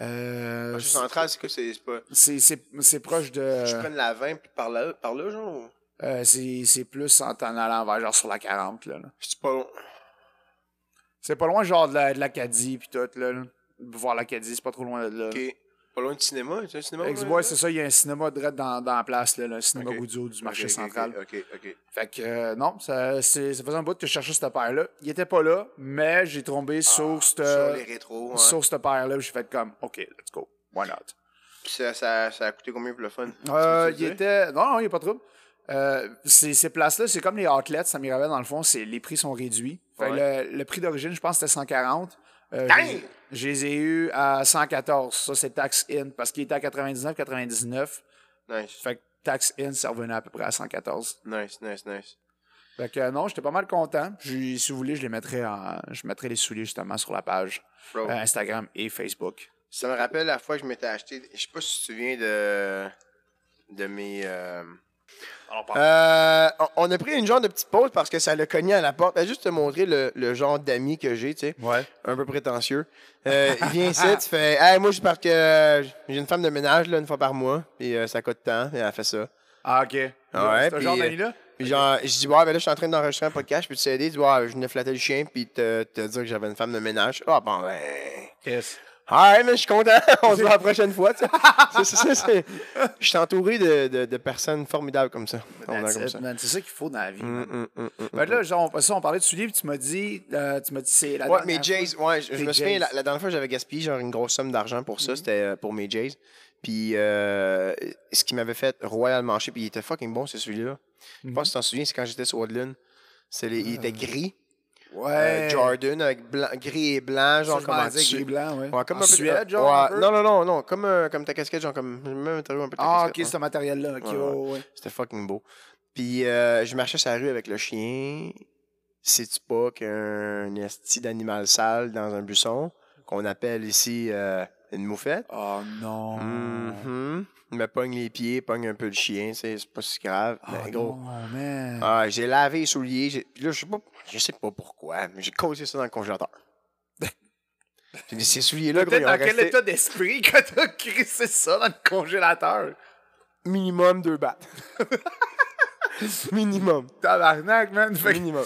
euh, Marché central, c'est que c'est c'est pas. c'est, c'est, c'est proche de, Je prenne la 20 puis par là, par là genre. ou- euh, c'est, c'est plus en t'en allant vers genre sur la 40 là. là. C'est pas long. C'est pas loin genre de, la- de l'Acadie puis tout là. là. Voir l'Acadie, c'est pas trop loin de là. Ok. Pas loin du cinéma? C'est un cinéma? Ex- ouais, ouais, là? c'est ça, il y a un cinéma direct dans, dans la place, là, là, le cinéma Ok. Goudzio du Ok, marché ok, central. Ok, ok. Fait que euh, non, ça, c'est- ça faisait un bout que je cherchais cette paire-là. Il était pas là, mais j'ai Ah, tombé sur cette, euh, Sur les rétros, ouais. sur cette paire-là. J'ai fait comme, OK, let's go. Why not? Puis ça, ça, ça a coûté combien pour le fun? Euh, Tu veux-tu il le dire? était. Non, non, il n'y a pas de trouble. Euh, ces ces places-là, c'est comme les outlets, ça m'y rappelle dans le fond, c'est les prix sont réduits. Fait que le, le prix d'origine, je pense, c'était 140. Euh, je les- Dang! je les ai eu à 114. Ça, c'est tax in parce qu'il était à 99,99. 99. Nice, Fait que tax in, ça revenait à peu près à 114. nice, nice, nice. Fait que euh, non, j'étais pas mal content. Puis, si vous voulez, je les mettrai en- je mettrai les souliers justement sur la page Bro, euh, Instagram et Facebook. ça me rappelle la fois que je m'étais acheté. Je sais pas si tu te souviens de. de mes. euh, Euh, on- on a pris une genre de petite pause parce que ça l'a cogné à la porte. Fais Juste te montrer le, le genre d'amis que j'ai, tu sais. Ouais. un peu prétentieux. Euh, il vient ici, tu fais Hey, moi, je parce que euh, j'ai une femme de ménage là, une fois par mois, puis euh, ça coûte tant, et elle fait ça. Ah, ok. Ouais, ce puis, genre euh, d'ami-là? Puis genre, je dis, ouais, ben là, je suis en train d'enregistrer un podcast, je peux t'aider? Il dit, ouais, je venais flatter le chien, puis te, te dire que j'avais une femme de ménage. Ah, bon, ben. Yes. Alright, mais je suis content. On se voit la prochaine fois, tu sais. C'est- c'est- c'est- c'est- Je suis entouré de, de- de personnes formidables comme ça. On That's a comme it, ça. man. C'est ça qu'il faut dans la vie. man. Mm, mm, mm, mm. Fait que là, genre, on, ça, on parlait de souliers, puis tu m'as dit, euh, tu m'as dit, c'est la Ouais, dernière mes Jays, ouais, je, je Tes me souviens, Jays. la, la dernière fois, j'avais gaspillé genre une grosse somme d'argent pour Mm. ça, c'était euh, pour mes Jays. Puis euh, ce qui m'avait fait royalement chier, puis il était fucking bon, ce celui-là. Je Mhm. pense que tu t'en souviens, c'est quand j'étais sur Woodland. C'est les- Il était Ah. gris, fois. Ouais. euh, Jordan, avec blanc, gris et blanc, Ça, genre je comme m'en en disais, gris Su- blanc, ouais. Ouais, comme En un peu- euh, Suède, genre, un ouais, peu? Non, non, non, non, comme, euh, comme ta casquette, genre comme. Même un peu comme ta Ah, ok, casquette, ouais. ce matériel-là. Ok, Ouais, ouais, ouais. ouais. C'était fucking beau. Puis euh, je marchais sur la rue avec le chien. Sais-tu pas qu'un esti d'animal sale dans un buisson, qu'on appelle ici euh, une moufette, Oh non. mhm, me pogne les pieds, pogne un peu le chien, tu sais, c'est pas si grave. Oh mais gros. non, man. Ah, j'ai lavé les souliers, j'ai- puis là, je sais pas, je sais pas pourquoi, mais j'ai causé ça dans le congélateur. J'ai dit, ces souliers-là, gros, ils Peut-être ont dans quel resté état d'esprit que t'as crissé ça dans le congélateur? minimum deux battes. minimum, Tabarnak, man. Fait que, minimum.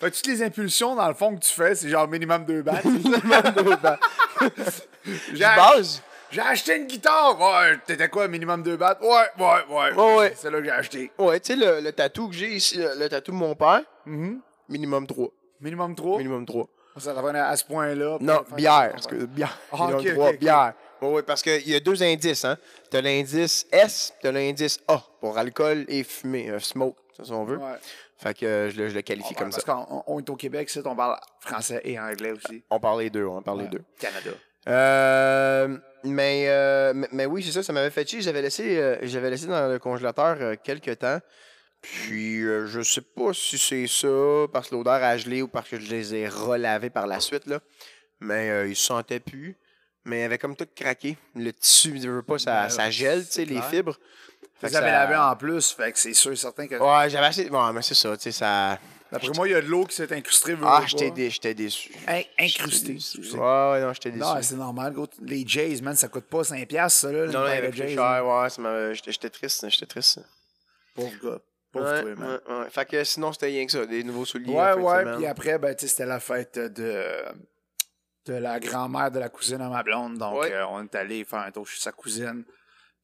fait que toutes les impulsions, dans le fond, que tu fais, c'est genre minimum deux battes. minimum deux battes. J'ai Je base. J'ai acheté une guitare! Ouais, t'étais quoi, minimum deux battes? Ouais, ouais, ouais. Ouais, ouais. C'est là que j'ai acheté. Ouais, tu sais, le, le tatou que j'ai ici, le, le tatou de mon père, Mhm. minimum 3. Minimum trois? Mm-hmm. Minimum 3. Ça t'apprenait à ce point-là. Non, Enfin, bière. enfin, excuse, bière. Ah, minimum ok, ok, 3, ok. bière. Ouais, ouais, parce qu'il y a deux indices, hein. T'as l'indice S, t'as l'indice A pour alcool et fumée, euh, smoke, ça, si on veut. Ouais. Oh, Fait que euh, je, le, je le qualifie Ouais, comme ça. parce qu'on on- on est au Québec, c'est on parle français et anglais aussi. On parle les deux, on parle les deux. Canada. Euh, mais, euh, mais, mais oui, c'est ça, ça m'avait fait chier. J'avais laissé, euh, j'avais laissé dans le congélateur euh, quelques temps. Puis, euh, je sais pas si c'est ça, parce que l'odeur a gelé ou parce que je les ai relavés par la suite, là. Mais euh, ils se sentaient plus. Mais ils avaient comme tout craqué. Le tissu, je veux pas, ça, Ben, ça gèle, tu sais, c'est les clair. fibres. Fait Vous que avez ça- lavé en plus, fait que c'est sûr et certain que. Ouais, j'avais assez. Bon, mais c'est ça, tu sais, ça. D'après moi, il y a de l'eau qui s'est incrustée. veux, Ah, veux j'étais pas. dé- j'étais déçu. In- J'étais incrustée. déçu. excusez. Ouais, ouais, non, j'étais déçu. Non, c'est normal, gros. Les Jays, man, ça coûte pas 5$, piastres, ça, là. Non, non, les il avait Jays. hein. plus cher, ouais, ça m'avait- j'étais j'étais triste, j'étais triste. Pauvre gars. Pauvre ouais, toi, man. ouais, ouais. Fait que sinon, c'était rien que ça, des nouveaux souliers. Ouais, en fin de ouais. semaine. Puis après, ben, tu sais, c'était la fête de, de la grand-mère de la cousine à ma blonde. Donc, Ouais. euh, on est allé faire un tour chez sa cousine.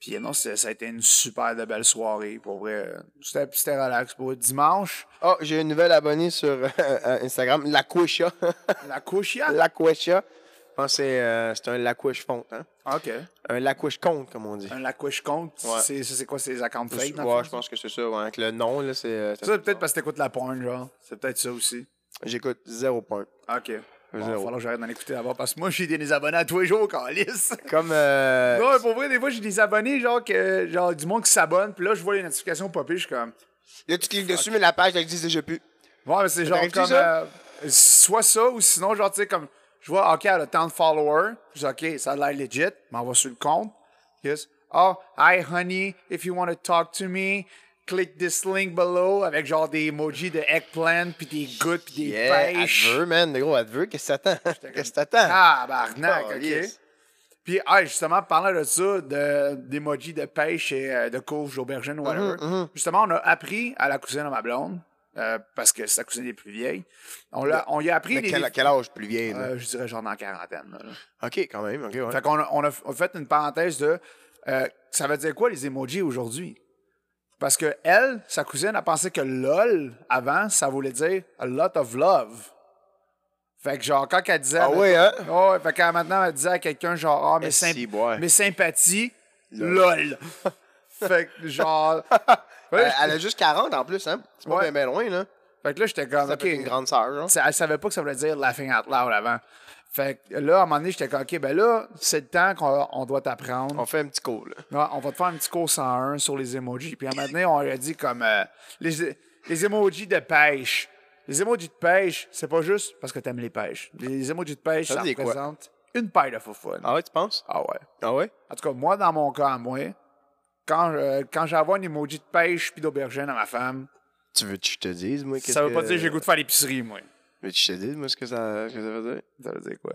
Puis euh, non, c'est- ça a été une super de belle soirée. Pour vrai, euh, c'était c'était relax. Pour dimanche, Oh, j'ai une nouvelle abonnée sur euh, euh, Instagram, La Coucha. la couche, hier. La Coucha. Je pense que c'est euh, c'est un La Couche fonte, hein. OK. Un La Couche compte, comme on dit. Un la couche compte. Ouais. C'est ça, c'est quoi, ces accounts Ouais, fake? dans le fond, je pense que c'est ça, ouais. Avec le nom, là, c'est. euh, Ça, c'est peut-être parce que t'écoutes la porn, genre. C'est peut-être ça aussi. J'écoute zéro point. OK. Bon, il va Zéro. falloir que j'arrête d'en écouter d'abord parce que moi, j'ai des abonnés à tous les jours, Calice. Comme. euh, Non, mais pour vrai, des fois, j'ai des abonnés, genre, que, genre du monde qui s'abonne, puis là, je vois les notifications popper, je suis comme. Là, tu cliques dessus, mais la page, elle existe déjà plus. Ouais, mais c'est genre t'arrive-tu, comme. ça? euh, soit ça, ou sinon, genre, tu sais, comme. Je vois, OK, elle a tant de followers. Je dis, OK, ça a l'air legit. M'envoie sur le compte. Yes. Oh, hi, honey. If you want to talk to me, click this link below. Avec genre des emojis de eggplant, puis des gouttes, puis des Yeah, elle te pêches. veut, man. Gros, elle te veut. Qu'est-ce que t'attends? Qu'est-ce que t'attends? Ah, barnac, Oh, OK. yes. Puis, ah, justement, parlant de ça, de- d'emojis de pêche et euh, de courge, d'aubergine, whatever. Justement, on a appris à la cousine de ma blonde, euh, parce que sa cousine est plus vieille. On, l'a, on y a appris. Mais des- quel, quel âge plus vieille, là? euh, je dirais genre dans la quarantaine. là, là. Ok, quand même, ok, ouais. Fait qu'on a, on a f- on a fait une parenthèse de euh, ça veut dire quoi les emojis aujourd'hui? Parce que elle, sa cousine, a pensé que LOL avant, ça voulait dire a lot of love. Fait que genre, quand elle disait. Ah ouais, hein? Ah ouais, fait quand maintenant elle disait à quelqu'un genre Ah, mais, Eh, si, boy. mais sympathie, Lol. LOL. fait que genre. Ouais, Euh, elle a juste 40 en plus, hein? C'est pas Ouais. bien ben loin, là. Fait que là, j'étais comme. Ça peut ok, être une grande sœur, genre. Ça- Elle savait pas que ça voulait dire laughing out loud avant. Fait que là, à un moment donné, j'étais comme, OK, ben là, c'est le temps qu'on on doit t'apprendre. On fait un petit coup, là. Ouais, Ah, on va te faire un petit cours 101 sur les emojis. Puis à un moment donné, on lui a dit comme euh, les, les emojis de pêche. Les emojis de pêche, c'est pas juste parce que t'aimes les pêches. Les emojis de pêche, ça, Ça dit quoi? représente une paille de foufoune. Ah ouais, tu penses? Ah ouais. Ah ouais? En tout cas, moi, dans mon cas, à moi, quand, euh, quand j'envoie un emoji de pêche puis d'aubergine à ma femme, Tu veux que je te dise, moi, qu'est-ce ça veut pas que- dire que j'ai le goût de faire l'épicerie, moi. Veux-tu que je te dise, moi, ce que ça, ce que ça veut dire? Ça veut dire quoi?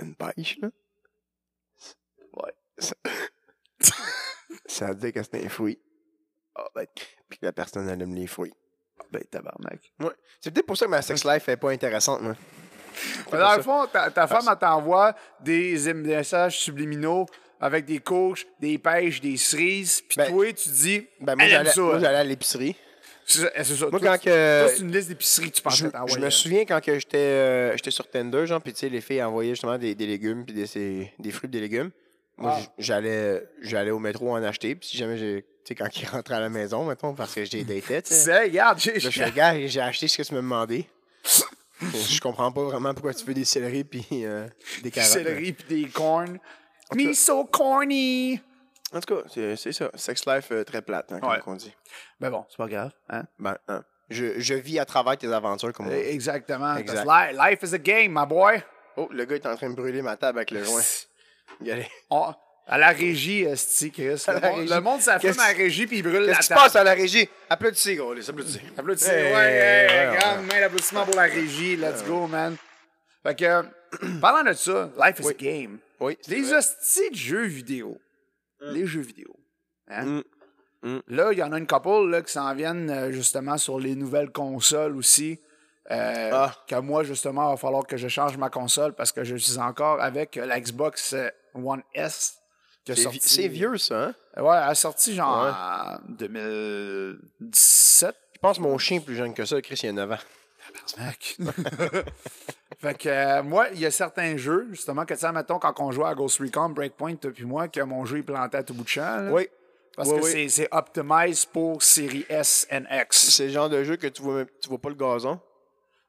Une pêche, là? Ouais. Ça, ça veut dire que c'est un fruit. Ah, ben, puis la personne, elle aime les fruits. Ah, Ben, tabarnak. Ouais. C'est peut-être pour ça que ma sex life est pas intéressante, moi. Mais dans le fond, ta, ta femme, elle t'envoie des messages subliminaux avec des couches, des pêches, des cerises, puis Ben, toi, tu dis, Ben, moi, elle aime j'allais ça. moi, j'allais à l'épicerie. C'est ça, c'est ça. Moi, Toi, quand tu- que- toi, c'est une liste d'épicerie que tu pensais Je, t'envoyer. hein. je me souviens quand que j'étais euh, j'étais sur Tinder, genre, puis tu sais, les filles envoyaient justement des, des légumes, puis des, c'est- des fruits, des légumes. Moi, Ah. j- j'allais j'allais au métro en acheter, puis si jamais j'ai. Tu sais, quand ils rentraient à la maison, mettons, parce que j'ai des têtes. Tu sais, regarde, j'ai... Là, je fais, gars, j'ai acheté ce que tu me demandais. je comprends pas vraiment pourquoi tu veux des céleris puis euh, des du carottes. céleri puis des cornes. Me so corny! En tout cas, c'est c'est ça. Sex life euh, très plate, hein, comme Ouais. on dit. Mais bon, c'est pas grave. Hein? Ben, hein, je, je vis à travers tes aventures, comme on dit. Eh, Exactement. Exact. Parce que li- Life is a game, my boy. Oh, le gars est en train de brûler ma table avec le joint. Regardez. On- À la régie, esti, Chris. À Le la monde, régie. le monde s'affirme Qu'est-ce- à la régie puis il brûle la Qu'est-ce qui se table. passe à la régie? Applaudissez, gros, les applaudissez. Applaudissez. Hey, ouais, hey, ouais, hey, ouais. grande main d'applaudissement pour la régie. Let's go, man. Fait que, parlant de ça, life is a game. Oui. c'est Les vrai. hosties de jeux vidéo. Les jeux vidéo. Hein? Mm. Mm. Là, il y en a une couple là, qui s'en viennent euh, justement sur les nouvelles consoles aussi. Euh, Ah. Que moi, justement, il va falloir que je change ma console parce que je suis encore avec euh, la Xbox euh, One S. qui a C'est sorti- vi- C'est vieux, ça, hein? Ouais, elle a sorti genre en 2017. Je pense que mon chien est plus jeune que ça, Chris, il y a 9 ans. Tabarnak. fait que euh, moi, il y a certains jeux, justement, que tu sais, mettons, quand on jouait à Ghost Recon, Breakpoint, toi puis moi, que mon jeu, il plantait à tout bout de champ. là. Oui. Parce oui, que oui. c'est- c'est optimised pour série S et X. C'est le genre de jeu que tu vois, même- tu vois pas le gazon.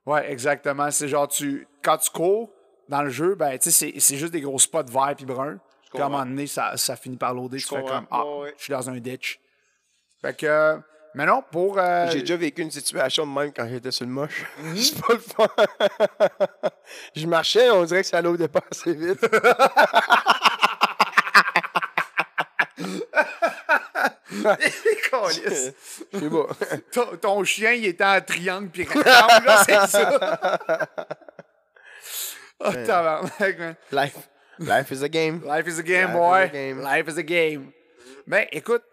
Ouais, exactement. C'est genre, tu, quand tu cours dans le jeu, ben, tu sais, c'est- c'est juste des gros spots verts puis bruns. Puis à un comprends. moment donné, ça, ça finit par loader. Tu fais comprends. comme, ah, Ouais, ouais. je suis dans un ditch. Fait que, euh, mais non, pour. euh, J'ai déjà vécu une situation de même quand j'étais sur le moche. C'est pas le fun. je marchais, on dirait que ça l'eau pas assez vite. Câlisse. Je sais pas. ton, ton chien, il était en triangle puis rectangle, là, c'est ça. oh, tabarnak, man. Life. Life is a game. Life is a game, Life boy. is a game. Life is a game. Ben, écoute,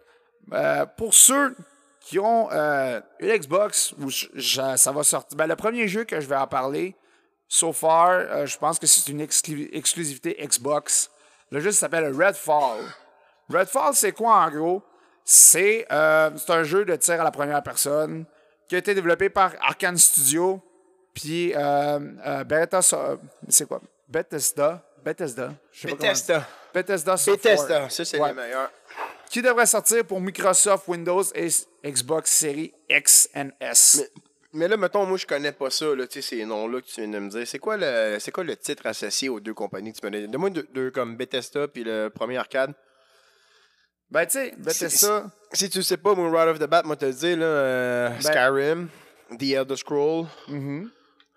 euh, pour ceux qui ont euh, une Xbox, où je- je- ça va sortir. Ben, le premier jeu que je vais en parler, so far, euh, je pense que c'est une exclu- exclusivité Xbox. Le jeu s'appelle Redfall. Redfall, c'est quoi en gros? C'est euh, c'est un jeu de tir à la première personne qui a été développé par Arkane Studio puis euh, euh, Bethesda. c'est quoi? Bethesda. Bethesda. Je sais pas comment- Bethesda. Bethesda Software. Bethesda, hein. ça c'est Ouais. les meilleurs. Qui devrait sortir pour Microsoft Windows et s- Xbox Series X and S. Mais, mais là, mettons, moi je connais pas ça, là, tu sais, ces noms-là que tu viens de me dire. C'est quoi le c'est quoi le titre associé aux deux compagnies que tu me donnes? Donne-moi deux, deux comme Bethesda puis le premier arcade. Ben, tu sais, Bethesda. Si tu sais pas, moi, right off the bat, moi, te le dis, là, euh, Ben Skyrim, The Elder Scroll, Mm-hmm.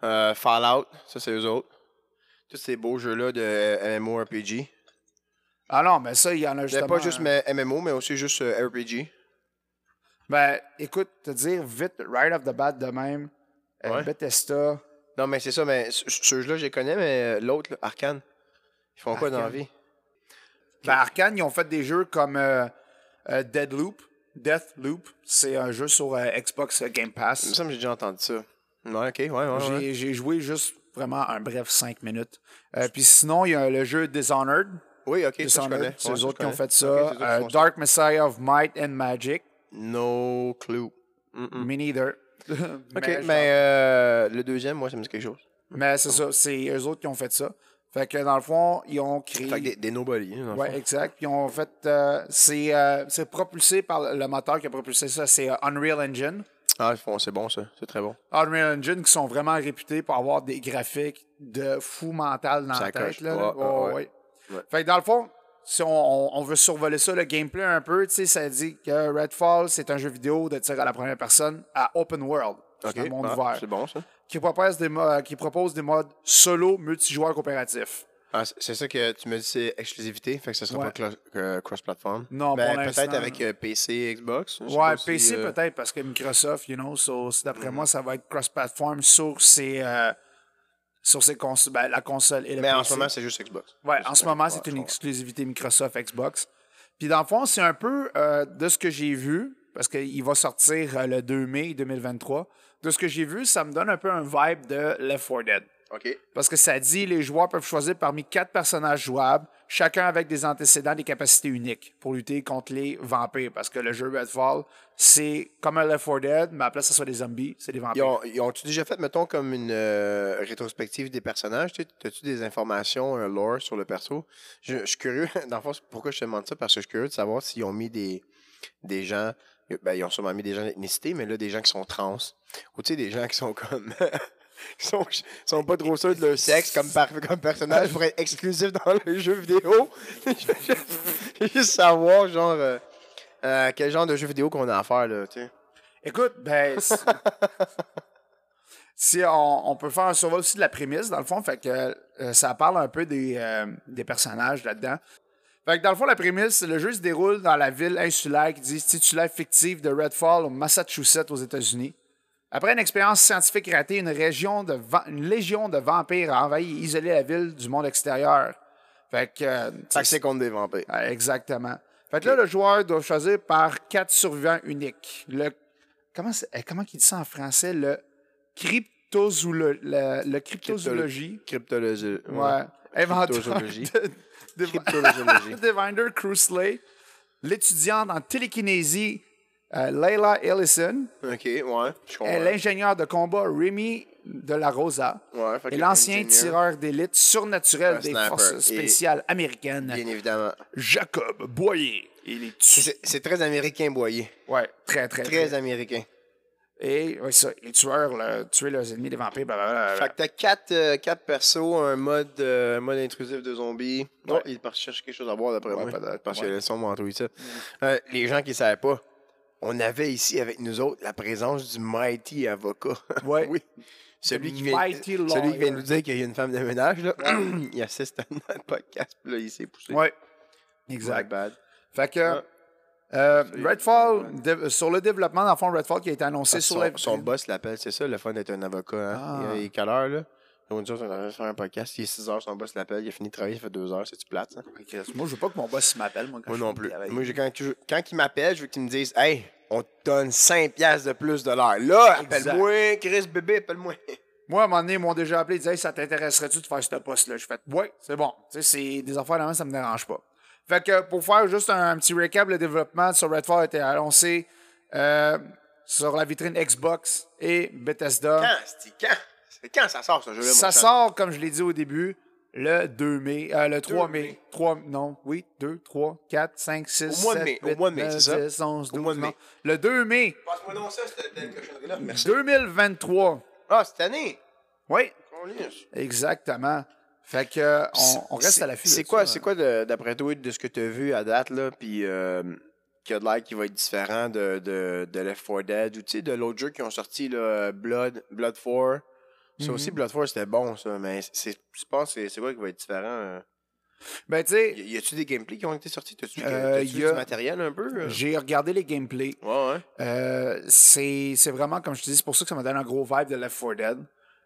euh, Fallout, ça, c'est eux autres. Tous ces beaux jeux-là de euh, MMORPG. Ah non, mais ça, il y en a C'est justement. Ben, hein. pas juste mais MMO, mais aussi juste euh, RPG. Ben, écoute, te dire vite, right off the bat de même, euh, Ouais. Bethesda. Non, mais c'est ça, mais ce- ce jeu-là, je les connais, mais euh, l'autre, là, Arkane, ils font quoi dans la Arkane. vie? Ben, Arkane, ils ont fait des jeux comme euh, euh, Deadloop. Deathloop, c'est un jeu sur euh, Xbox Game Il Pass. me semble que j'ai déjà entendu ça. Ouais, ok, ouais, ouais. ouais. J'ai j'ai joué juste vraiment un bref 5 minutes. Euh, Puis sinon, il y a le jeu Dishonored. Oui, ok, ça, je Dishonored, connais. c'est Ouais, eux ça, autres qui je ont connais. fait ça. Ok, c'est eux autres qui Euh, font ça. Dark Messiah of Might and Magic. No clue. Me Mm. neither. Ok, mais, mais, je- euh, le deuxième, moi, ça me dit quelque chose. mais c'est ça, c'est eux autres qui ont fait ça. Fait que dans le fond, ils ont créé. Fait que des, des nobody, hein, dans le Ouais, exact. Puis Ils ont fait. euh, c'est euh, c'est propulsé par le- le moteur qui a propulsé ça, c'est euh, Unreal Engine. Ah, ils font- c'est bon ça, c'est très bon. Unreal Engine qui sont vraiment réputés pour avoir des graphiques de fou mental dans Ça la tête. coche. Là. Ouais, Ouais, ouais, ouais. ouais. Fait que dans le fond, si on, on- on veut survoler ça, le gameplay un peu, tu sais, ça dit que Redfall, c'est un jeu vidéo de tir à la première personne à open world. Ok, C'est un monde ah, ouvert. c'est bon ça. Qui propose, des mo- euh, qui propose des modes solo multijoueur coopératif. Ah, c'est- c'est ça que tu me dis, c'est exclusivité, fait que ça sera Ouais. pas clo- euh, cross-platform. Non, Ben, pour peut-être l'instant, avec euh, PC, Xbox. je sais Ouais, pas si, PC euh, Mm. peut-être parce que Microsoft, you know, so, c'est d'après moi, ça va être cross-platform sur ses. euh, sur ses cons ben, la console et le Mais en PC. ce moment, c'est juste Xbox. Ouais, en Juste ce moment, Xbox, c'est une ouais. exclusivité Microsoft Xbox. Puis dans le fond, c'est un peu euh, de ce que j'ai vu, parce qu'il va sortir euh, le 2 mai 2023. De ce que j'ai vu, ça me donne un peu un vibe de Left 4 Dead. OK. Parce que ça dit les joueurs peuvent choisir parmi quatre personnages jouables, chacun avec des antécédents, des capacités uniques pour lutter contre les vampires. Parce que le jeu Redfall, c'est comme un Left 4 Dead, mais après, ça soit des zombies, c'est des Ils vampires. ont- ils ont-tu déjà fait, mettons, comme une euh, rétrospective des personnages? tu sais? T'as-tu des informations, un lore sur le perso? Je, je suis curieux, dans le fond, c'est pourquoi je te demande ça? Parce que je suis curieux de savoir s'ils ont mis des, des gens, ben, ils ont sûrement mis des gens d'ethnicité, mais là, des gens qui sont trans. Ou tu sais, des gens qui sont comme. qui sont, qui sont pas trop sûrs de leur sexe comme, par, comme personnage pour être exclusif dans le jeu vidéo. Je veux juste savoir, genre, euh, euh, quel genre de jeu vidéo qu'on a à faire, là, tu sais. Écoute, ben. si- Si on, on peut faire un survol aussi de la prémisse, dans le fond, fait que euh, ça parle un peu des, euh, des personnages là-dedans. Fait que dans le fond, la prémisse, le jeu se déroule dans la ville insulaire qui dit titulaire fictive de Redfall au Massachusetts aux États-Unis. Après une expérience scientifique ratée, une, région de va- une légion de vampires a envahi et isolé la ville du monde extérieur. Fait que, euh, Fait que c'est contre des vampires. ah, Exactement. Fait que là, le joueur doit choisir par quatre survivants uniques. Le, comment, c'est- eh, comment qu'il dit ça en français? Le, cryptozoolo- le, le cryptozoologie. Cryptologie. Ouais. Inventeur Cryptozoologie. de- de- Cryptozoologie. Devinder Crusley, l'étudiante en télékinésie euh, Layla Ellison, Ok, ouais. Je comprends. et l'ingénieur de combat Remy de la Rosa, Ouais, fait que et l'ancien l'ingénieur- tireur d'élite surnaturel Un des sniper. forces Et- spéciales américaines, Bien évidemment. Jacob Boyer. Il est C'est c'est très américain, Boyer. Ouais, très, très, très. Très américain. Et ouais, ça, les tueurs, là, tuer leurs ennemis, les vampires, blablabla. Fait que t'as quatre, euh, quatre persos, un mode, euh, mode intrusif de zombies. Non, il part chercher quelque chose à boire d'après moi. peut-être, Parce ouais. Mm. que le son m'a entouré ça. Euh, les gens qui savaient pas, on avait ici avec nous autres la présence du mighty avocat. Ouais. oui. Celui The qui, vient, mighty celui qui vient lawyer. nous dire qu'il y a une femme de ménage, là, il assiste à notre podcast, puis là, il s'est poussé. Ouais. My Exact. bad. Fait que. euh, Redfall, dé- sur le développement, dans le fond, Redfall qui a été annoncé sur son, la- son boss l'appelle, c'est ça le fun d'être un avocat. Hein? Ah. Il, il est quelle heure, là? Donc, nous autres, on avait fait un podcast, il est 6 heures, son boss l'appelle, il a fini de travailler, il fait 2 heures, c'est-tu plate, ça? Chris, Moi, je veux pas que mon boss m'appelle, moi, quand Moi Ah, je non finis plus. de travailler. Moi, j'ai- quand, tu- quand il m'appelle, je veux qu'il me dise Hey, on te donne 5 piastres de plus de l'heure. Là, Exact. appelle-moi, Chris bébé, appelle-moi. Moi, à un moment donné, ils m'ont déjà appelé, ils disaient, Hey, ça t'intéresserait-tu de faire ce poste-là? Je fais, ouais, c'est bon. Tu sais, c'est des affaires, là ça me dérange pas. Fait que pour faire juste un, un petit récap, le développement sur Redfall a été annoncé euh, sur la vitrine Xbox et Bethesda. Quand, c'est quand C'est quand ça sort, ce jeu-là Ça mon chum? sort, comme je l'ai dit au début, le 2 mai, euh, le 3 mai. 3, non, oui, 2, 3, 4, 5, 6, Au mois de 7, mai, au 8, mois de mai, 9, c'est ça? 10, 11, 12, mois de non. mai. Le 2 mai Passe-moi donc ça, cette belle cochonnerie-là. Merci. 2023. Ah, cette année Oui, On lit. exactement. Fait que euh, on, on reste C'est- à l'affût. C'est là-dessus, quoi, hein. c'est quoi de- d'après toi, de ce que tu as vu à date, là, puis euh, qui a de l'air qui va être différent de, de, de Left 4 Dead ou tu sais, de l'autre jeu qui ont sorti, là, Blood, Blood 4. Ça Mm-hmm. aussi, Blood 4, c'était bon, ça, mais c'est, je pense, c'est, c'est quoi qui va être différent? euh? Ben, tu sais, Y y a-tu des gameplays qui ont été sortis? T'as-tu, Euh, t'as-tu y a- du matériel un peu? euh? j'ai regardé les gameplays. Ouais, ouais. Euh, c'est c'est vraiment, comme je te dis, c'est pour ça que ça m'a donné un gros vibe de Left 4 Dead.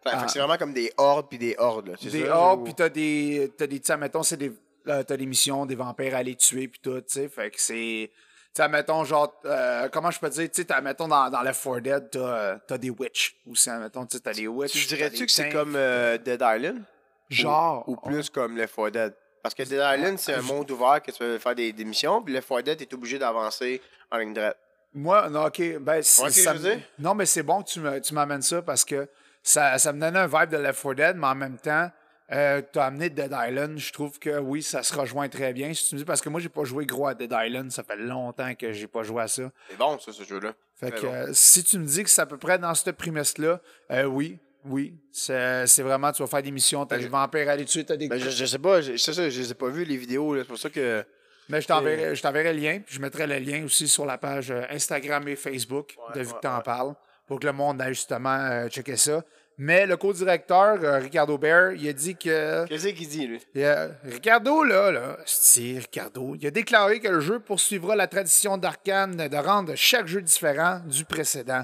Fait, fait Ah. que c'est vraiment comme des hordes puis des hordes, là. C'est des ça, orbes, ou- puis t'as des. T'as des. T'sais, mettons, c'est des. euh, t'as des missions, des vampires à les tuer, puis tout, tu sais. Fait que c'est. T'sais, mettons, genre. euh, comment je peux dire? Tu sais, mettons, dans, dans Left 4 Dead, t'as, euh, t'as des witches. Ou c'est, mettons, tu sais, t'as des witches. Tu t'as dirais-tu des que c'est saints, comme euh, Dead Island? Genre. Ou plus comme Left 4 Dead. Parce que Dead Island, c'est un monde ouvert que tu peux faire des, des missions, puis Left 4 Dead, t'es obligé d'avancer en ligne droite. Moi, non, ok. Ben, c'est- Ouais, ok, ça je me- veux dire. Non, mais c'est bon que tu, me- tu m'amènes ça parce que ça, ça me donnait un vibe de Left 4 Dead, mais en même temps, euh, t'as amené Dead Island. Je trouve que oui, ça se rejoint très bien. Si tu me dis, parce que moi, j'ai pas joué gros à Dead Island. Ça fait longtemps que j'ai pas joué à ça. C'est bon, ça, ce jeu-là. Fait Très que bon. euh, si tu me dis que c'est à peu près dans cette prémisse-là, euh, oui, oui. C'est c'est vraiment, tu vas faire des missions, t'as des vampires à les tuer, t'as des. Ben, je, je sais pas, je- c'est ça, je les ai pas vus, les vidéos, là, c'est pour ça que. Mais je t'enverrai je t'enverrai le lien, puis je mettrai le lien aussi sur la page euh, Instagram et Facebook de Vu que t'en parles, pour que le monde aille justement euh, checker ça. Mais le co-directeur, euh, Ricardo Bear, il a dit que. Qu'est-ce qu'il dit, lui il a- Ricardo, là, là, c'est Ricardo, il a déclaré que le jeu poursuivra la tradition d'Arkane de rendre chaque jeu différent du précédent.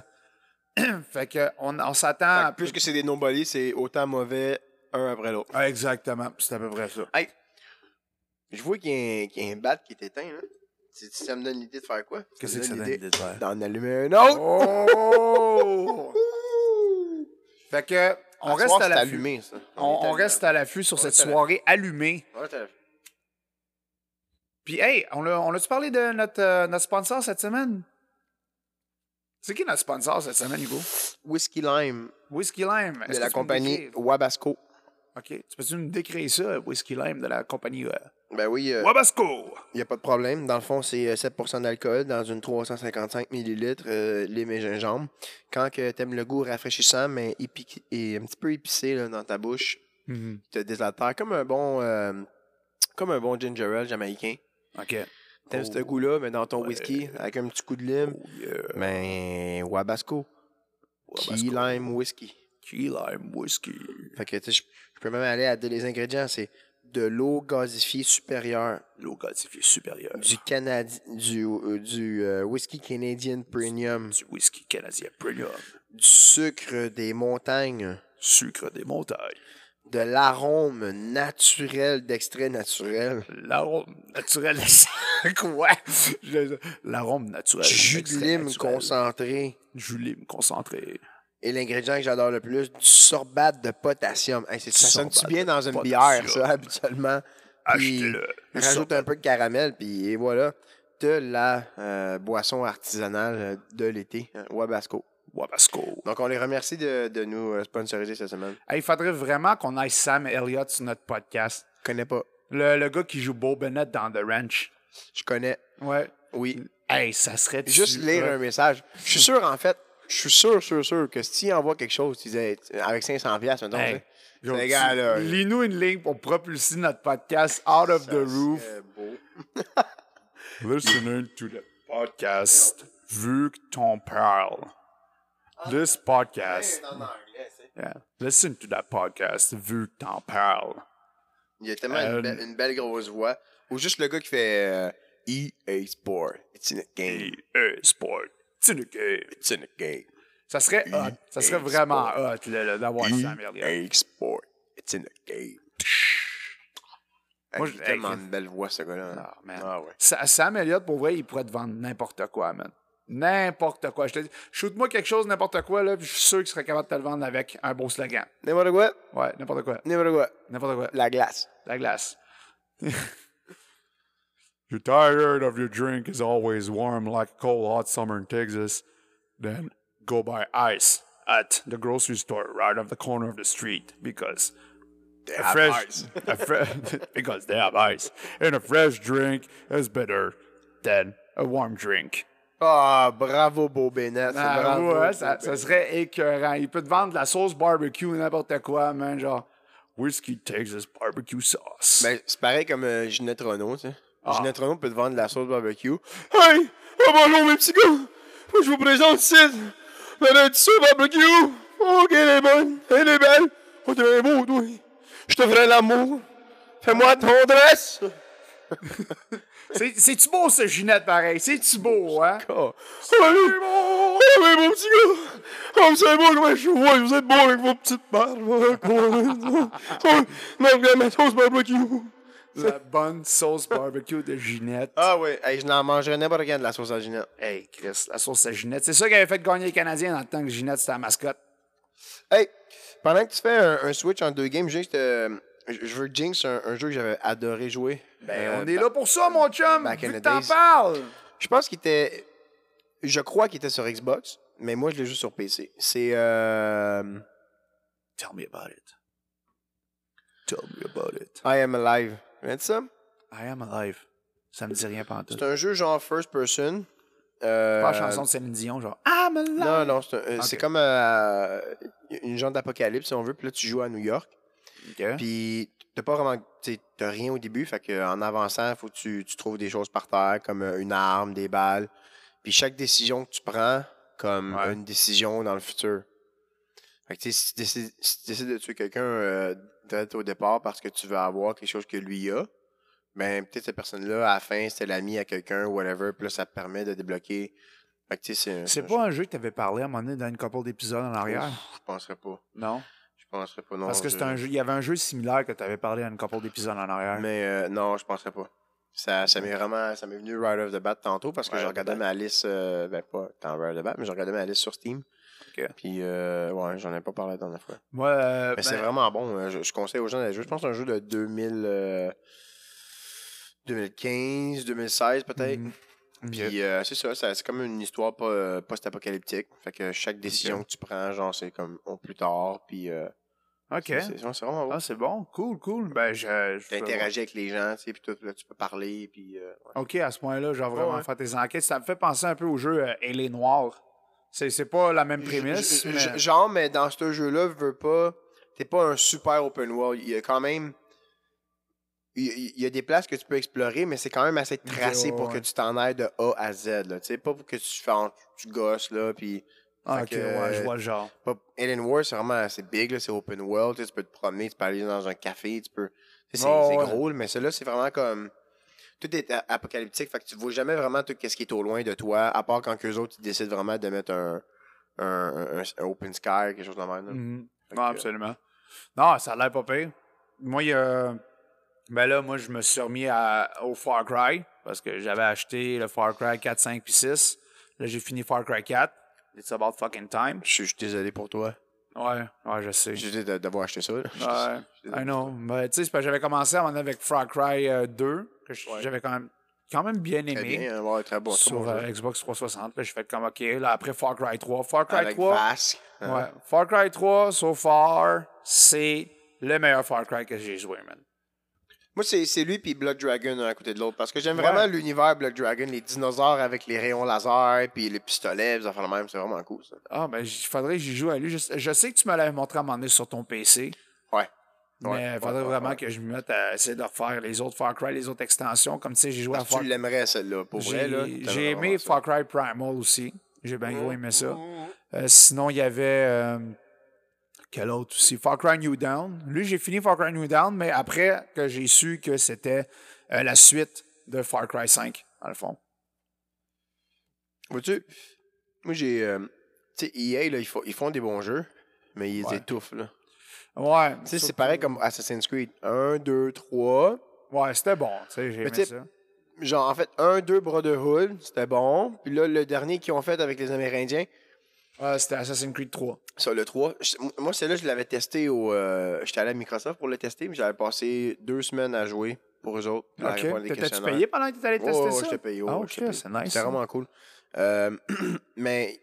fait que on, on s'attend à Puisque Ah, c'est des nobody, c'est autant mauvais un après l'autre. Ah, exactement. C'est à peu près ça. Je vois qu'il y, a un- qu'il y a un bat qui est éteint, là. Tu- Ça me donne l'idée de faire quoi? Qu'est-ce que me ça donne l'idée l'idée de faire? D'en allumer un autre! Oh! fait que, on À reste soir, à c'est l'affût. allumé, ça. On, on reste à l'affût sur On cette reste à l'affût. soirée allumée. On reste à l'affût. Puis, hey, on a- on a-tu parlé de notre, euh, notre sponsor cette semaine? C'est qui notre sponsor cette semaine, Hugo? Whisky Lime Whisky Lime. de Est-ce la que tu peux me compagnie décrire? Wabasco. OK. Tu peux-tu me décrire ça, Whisky Lime de la compagnie euh, Ben oui, euh, Wabasco? Il n'y a pas de problème. Dans le fond, c'est euh, 7 d'alcool dans une 355 ml, euh, lime et gingembre. Quand tu aimes le goût rafraîchissant, mais épic- et un petit peu épicé là, dans ta bouche, Mm-hmm. tu te désaltères comme un bon euh, comme un bon ginger ale jamaïcain. OK. T'aimes Oh. ce goût-là, mais dans ton whisky, avec un petit coup de lime. Oh, yeah. Ben, Wabasco. Key Wabasco. lime whisky. Key Lime Whisky. Fait que, tu sais, je je peux même aller à des- les ingrédients. C'est de l'eau gazifiée supérieure, L'eau gasifiée supérieure. du, Canadi du, euh, du euh, whisky canadien premium, du whisky canadien premium, du sucre des montagnes, sucre des montagnes, de l'arôme naturel d'extrait naturel, l'arôme naturel. Quoi? Je- L'arôme naturel. du jus de extrait lime naturel, concentré. Jus de lime concentré. Et l'ingrédient que j'adore le plus, du sorbate de potassium. Hey, c'est- ça Sorbate sonne-tu bien de dans une potassium. bière, ça, habituellement? Puis, Achetez-le. Rajoute un peu de caramel, puis et voilà. De la euh, boisson artisanale euh, de l'été, hein, Wabasco. Wabasco. Donc, on les remercie de, de nous euh, sponsoriser cette semaine. Hey, il faudrait vraiment qu'on aille Sam Elliott sur notre podcast. Je connais pas. Le, le gars qui joue Beau Bennett dans The Ranch. Je connais, Ouais. oui. Hey, ça serait Juste lire un message. Je suis sûr, en fait, je suis sûr, sûr, sûr que s'il envoie quelque chose, tu disais, avec 500$, piastres, mettons, Hey. tu sais, Les gars, là, Lis-nous une ligne pour propulser notre podcast out of the roof. Listening to the podcast, vu que t'en parles. This podcast. Yeah. Listen to that podcast, vu que t'en parles. Il y a tellement Euh, une, belle, une belle grosse voix. Ou juste le gars qui fait euh, EA Sport. It's in a game. EA Sport. Tu le game. It's in a game. Ça serait hot. Ça serait vraiment hot là, là, d'avoir ça, merde. EA E Sport. It's in a game. Moi, Moi, je- j'ai tellement hey, une belle voix, ce gars-là. Ah, man. Ah, ouais. Sa- Sam Elliott, pour vrai, il pourrait te vendre n'importe quoi, man. N'importe quoi. Je te dis, shoot-moi quelque chose, n'importe quoi, là, puis je suis sûr qu'il serait capable de te le vendre avec un beau slogan. N'importe quoi. Ouais, n'importe quoi. N'importe quoi. N'importe quoi. La glace. La glace. You're tired of your drink is always warm like a cold hot summer in Texas. Then go buy ice at the grocery store right off the corner of the street because a have fresh ice. a fre- because they have ice and a fresh drink is better than a warm drink. Ah, bravo, Beau Bennett. Ah, bravo, hein. ouais, Beau ça, Bennett. ça serait écœurant. Il peut te vendre de la sauce barbecue, n'importe quoi, man, genre whiskey Texas barbecue sauce. Ben, c'est pareil comme euh, Ginette Renault, tu sais. Ah. Ginette Renault peut te vendre de la sauce barbecue. Hey! Ah, bonjour, mes petits gars! Moi, je vous présente ici la petite sauce barbecue! Oh, qu'elle est bonne! Elle est belle! Oh, t'es bien beau, toi! Je te ferai l'amour! Fais-moi de tendresse! C'est- C'est-tu beau, ce Ginette, pareil? C'est-tu beau, hein? Oh, allez, oh, allez, mon petit gars! Oh, vous savez pas comment je vous vois, vous êtes beau avec vos petites barbes! Ah, avec vos- Oh, Même la ma sauce barbecue! La bonne sauce barbecue de Ginette. Ah oui, je n'en mangerai n'importe quand de la sauce à Ginette. Hey, Chris, la sauce à Ginette. C'est ça qui avait fait gagner les Canadiens dans le temps que Ginette, c'était la mascotte. Hey, pendant que tu fais un, un switch en deux games, juste, euh, je je veux Jinx, un, un jeu que j'avais adoré jouer. Ben, Euh, on est ba- là pour ça, mon chum! back Vu in que the t'en days. parles! Je pense qu'il était. Je crois qu'il était sur Xbox, mais moi je l'ai joué sur PC. C'est. euh, Tell me about it. Tell me about it. I Am Alive. Tu connais ça? I am alive. Ça me dit rien pantoute. C'est un jeu genre first person. Euh, Pas la chanson de Céline Dion, genre I'm alive! Non, non, c'est un- euh, c'est Ok. comme euh, une genre d'apocalypse, si on veut. Puis là, tu joues à New York. Ok. Puis t'as pas vraiment, tu sais, t'as rien au début, fait que en avançant, faut que tu, tu trouves des choses par terre, comme euh, une arme, des balles. Puis chaque décision que tu prends, comme Ouais. une décision dans le futur. Fait que tu sais, si tu décides, si tu décides de tuer quelqu'un euh, direct au départ parce que tu veux avoir quelque chose que lui a, ben peut-être cette personne-là, à la fin, c'était l'ami à quelqu'un, whatever, puis là, ça te permet de débloquer. Fait que tu sais, c'est un- C'est un- pas un jeu que t'avais parlé à un moment donné dans une couple d'épisodes en arrière? Ouf, Je penserais pas. Non. Je penserais pas, non. Parce que je- c'est un jeu, il y avait un jeu similaire que t'avais parlé à une couple d'épisodes en arrière. Mais euh, non, je penserais pas. Ça, ça m'est vraiment, ça m'est venu right off the bat tantôt parce que Right je off the regardais bat. ma liste, euh, ben pas tant right off the bat, mais je regardais ma liste sur Steam. Ok. Puis, euh, ouais, j'en ai pas parlé la dernière fois. Moi, euh, Mais c'est ben, vraiment bon. euh, Je, je conseille aux gens d'aller jouer. Je pense que c'est un jeu de 2000, euh, 2015, 2016 peut-être. Mhm. Ok. Puis euh, c'est ça, ça- c'est comme une histoire pas, euh, post-apocalyptique. Fait que chaque décision que tu prends, genre, c'est comme au plus tard. Puis euh, Ok. c'est- c'est c'est vraiment bon. Ah, c'est bon. Cool, cool. Ben, je. je Tu interagis avec les gens, tu sais, puis tout, là, tu peux parler. Puis, euh, ouais. Ok, à ce point-là, genre vraiment ouais. faire tes enquêtes. Ça me fait penser un peu au jeu euh, Et les Noirs. C'est c'est pas la même prémisse. J- mais- j- Genre, mais dans ce jeu-là, veux pas. T'es pas un super open world. Il y a quand même. Il il- il y a des places que tu peux explorer, mais c'est quand même assez tracé ouais, pour que ouais. tu t'en ailles de A à Z. Là. Tu sais, pas pour que tu, fasses- tu gosses, là, puis Ah, Fait ok, que- ouais, je vois le genre. Pas- Alien War, c'est vraiment assez big, là, c'est open world, tu sais, tu peux te promener, tu peux aller dans un café, tu peux. tu sais, C'est Ouais, c'est ouais. gros, mais celui-là, c'est vraiment comme. Tout est a- apocalyptique, fait que tu vois jamais vraiment tout ce qui est au loin de toi, à part quand qu'eux autres, ils décident vraiment de mettre un, un, un- un open sky, quelque chose de même. là. Mhm. Fait Non, que- absolument. Non, ça a l'air pas pire. Moi, il y a. Ben là, moi, je me suis remis à- au Far Cry parce que j'avais acheté le Far Cry 4, 5 puis 6. Là, j'ai fini Far Cry 4. It's about fucking time. Je suis- je suis désolé pour toi. Ouais, ouais, je sais. Je suis désolé de- d'avoir acheté ça. là. Je suis Ouais, désolé. I know. Mais tu sais, c'est parce que j'avais commencé à m'en aller avec Far Cry euh, 2, que je- Ouais. j'avais quand même, quand même bien aimé. Très bien, hein, ouais, très bon. très sur bon jeu. euh, Xbox 360, là, j'ai fait comme OK. Là, après Far Cry 3. Far Cry Avec 3. Vasque. hein. Ouais. Far Cry 3, so far, c'est le meilleur Far Cry que j'ai joué, man. Moi, c'est c'est lui puis Blood Dragon un à côté de l'autre. Parce que j'aime Ouais. vraiment l'univers Blood Dragon, les dinosaures avec les rayons laser, puis les pistolets, les affaires de même. C'est vraiment cool, ça. Ah, ben, il faudrait que j'y joue à lui. Je, je sais que tu me l'avais montré à un moment donné sur ton PC. Ouais. Mais il Ouais, ouais, faudrait ouais, vraiment ouais. que je me mette à essayer de refaire les autres Far Cry, les autres extensions. Comme tu sais, j'ai joué à Parce que Far Ah, tu l'aimerais, celle-là, pour vrai. là. J'ai T'aimerais j'ai aimé vraiment ça. Mm-hmm. Far Cry Primal aussi. J'ai bien gros aimé ça. Euh, sinon, il y avait. euh, quel autre aussi Far Cry New Down. Lui, j'ai fini Far Cry New Down, mais après que j'ai su que c'était euh, la suite de Far Cry 5, dans le fond. Vois-tu, moi, j'ai. euh, Tu sais, EA, là, ils, font, ils font des bons jeux, mais ils Ouais. étouffent, là. Ouais. Tu sais, c'est surtout- pareil comme Assassin's Creed. 1, 2, 3. Ouais, c'était bon. tu sais, J'ai Mais aimé tu sais, ça. Genre, en fait, 1, 2, Brotherhood, c'était bon. Puis là, le dernier qu'ils ont fait avec les Amérindiens, Ouais, c'était Assassin's Creed 3. Ça, le 3. je- Moi, celle-là, je l'avais testé au. euh, J'étais allé à Microsoft pour le tester, mais j'avais passé deux semaines à jouer pour eux autres. puis à Ok. répondre à des T'étais-tu questionnaires. payé pendant que t'étais allé Ouais, tester ouais, ça? j'étais payé, ouais, Ah, ouais, ok, j'étais payé. c'est nice. C'était ça. vraiment cool. Euh, mais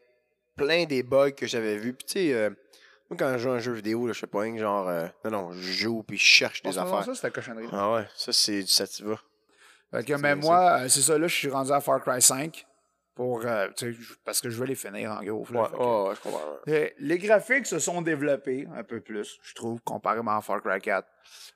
plein des bugs que j'avais vus. Puis, tu sais, euh, moi, quand je joue à un jeu vidéo, là, je sais pas, hein, genre. euh, non, non, je joue puis je cherche Non, des non, non, affaires. Ça, c'était cochonnerie. Ah ouais, ça, c'est du sativa. Fait que, C'est mais bien moi, euh, c'est ça, là, je suis rendu à Far Cry 5 pour, euh, tu sais, je- parce que je veux les finir en gros. Ouais, là. Fait que- ouais, ouais, je comprends. ouais. Euh, Les graphiques se sont développés un peu plus, je trouve, comparément à Far Cry 4.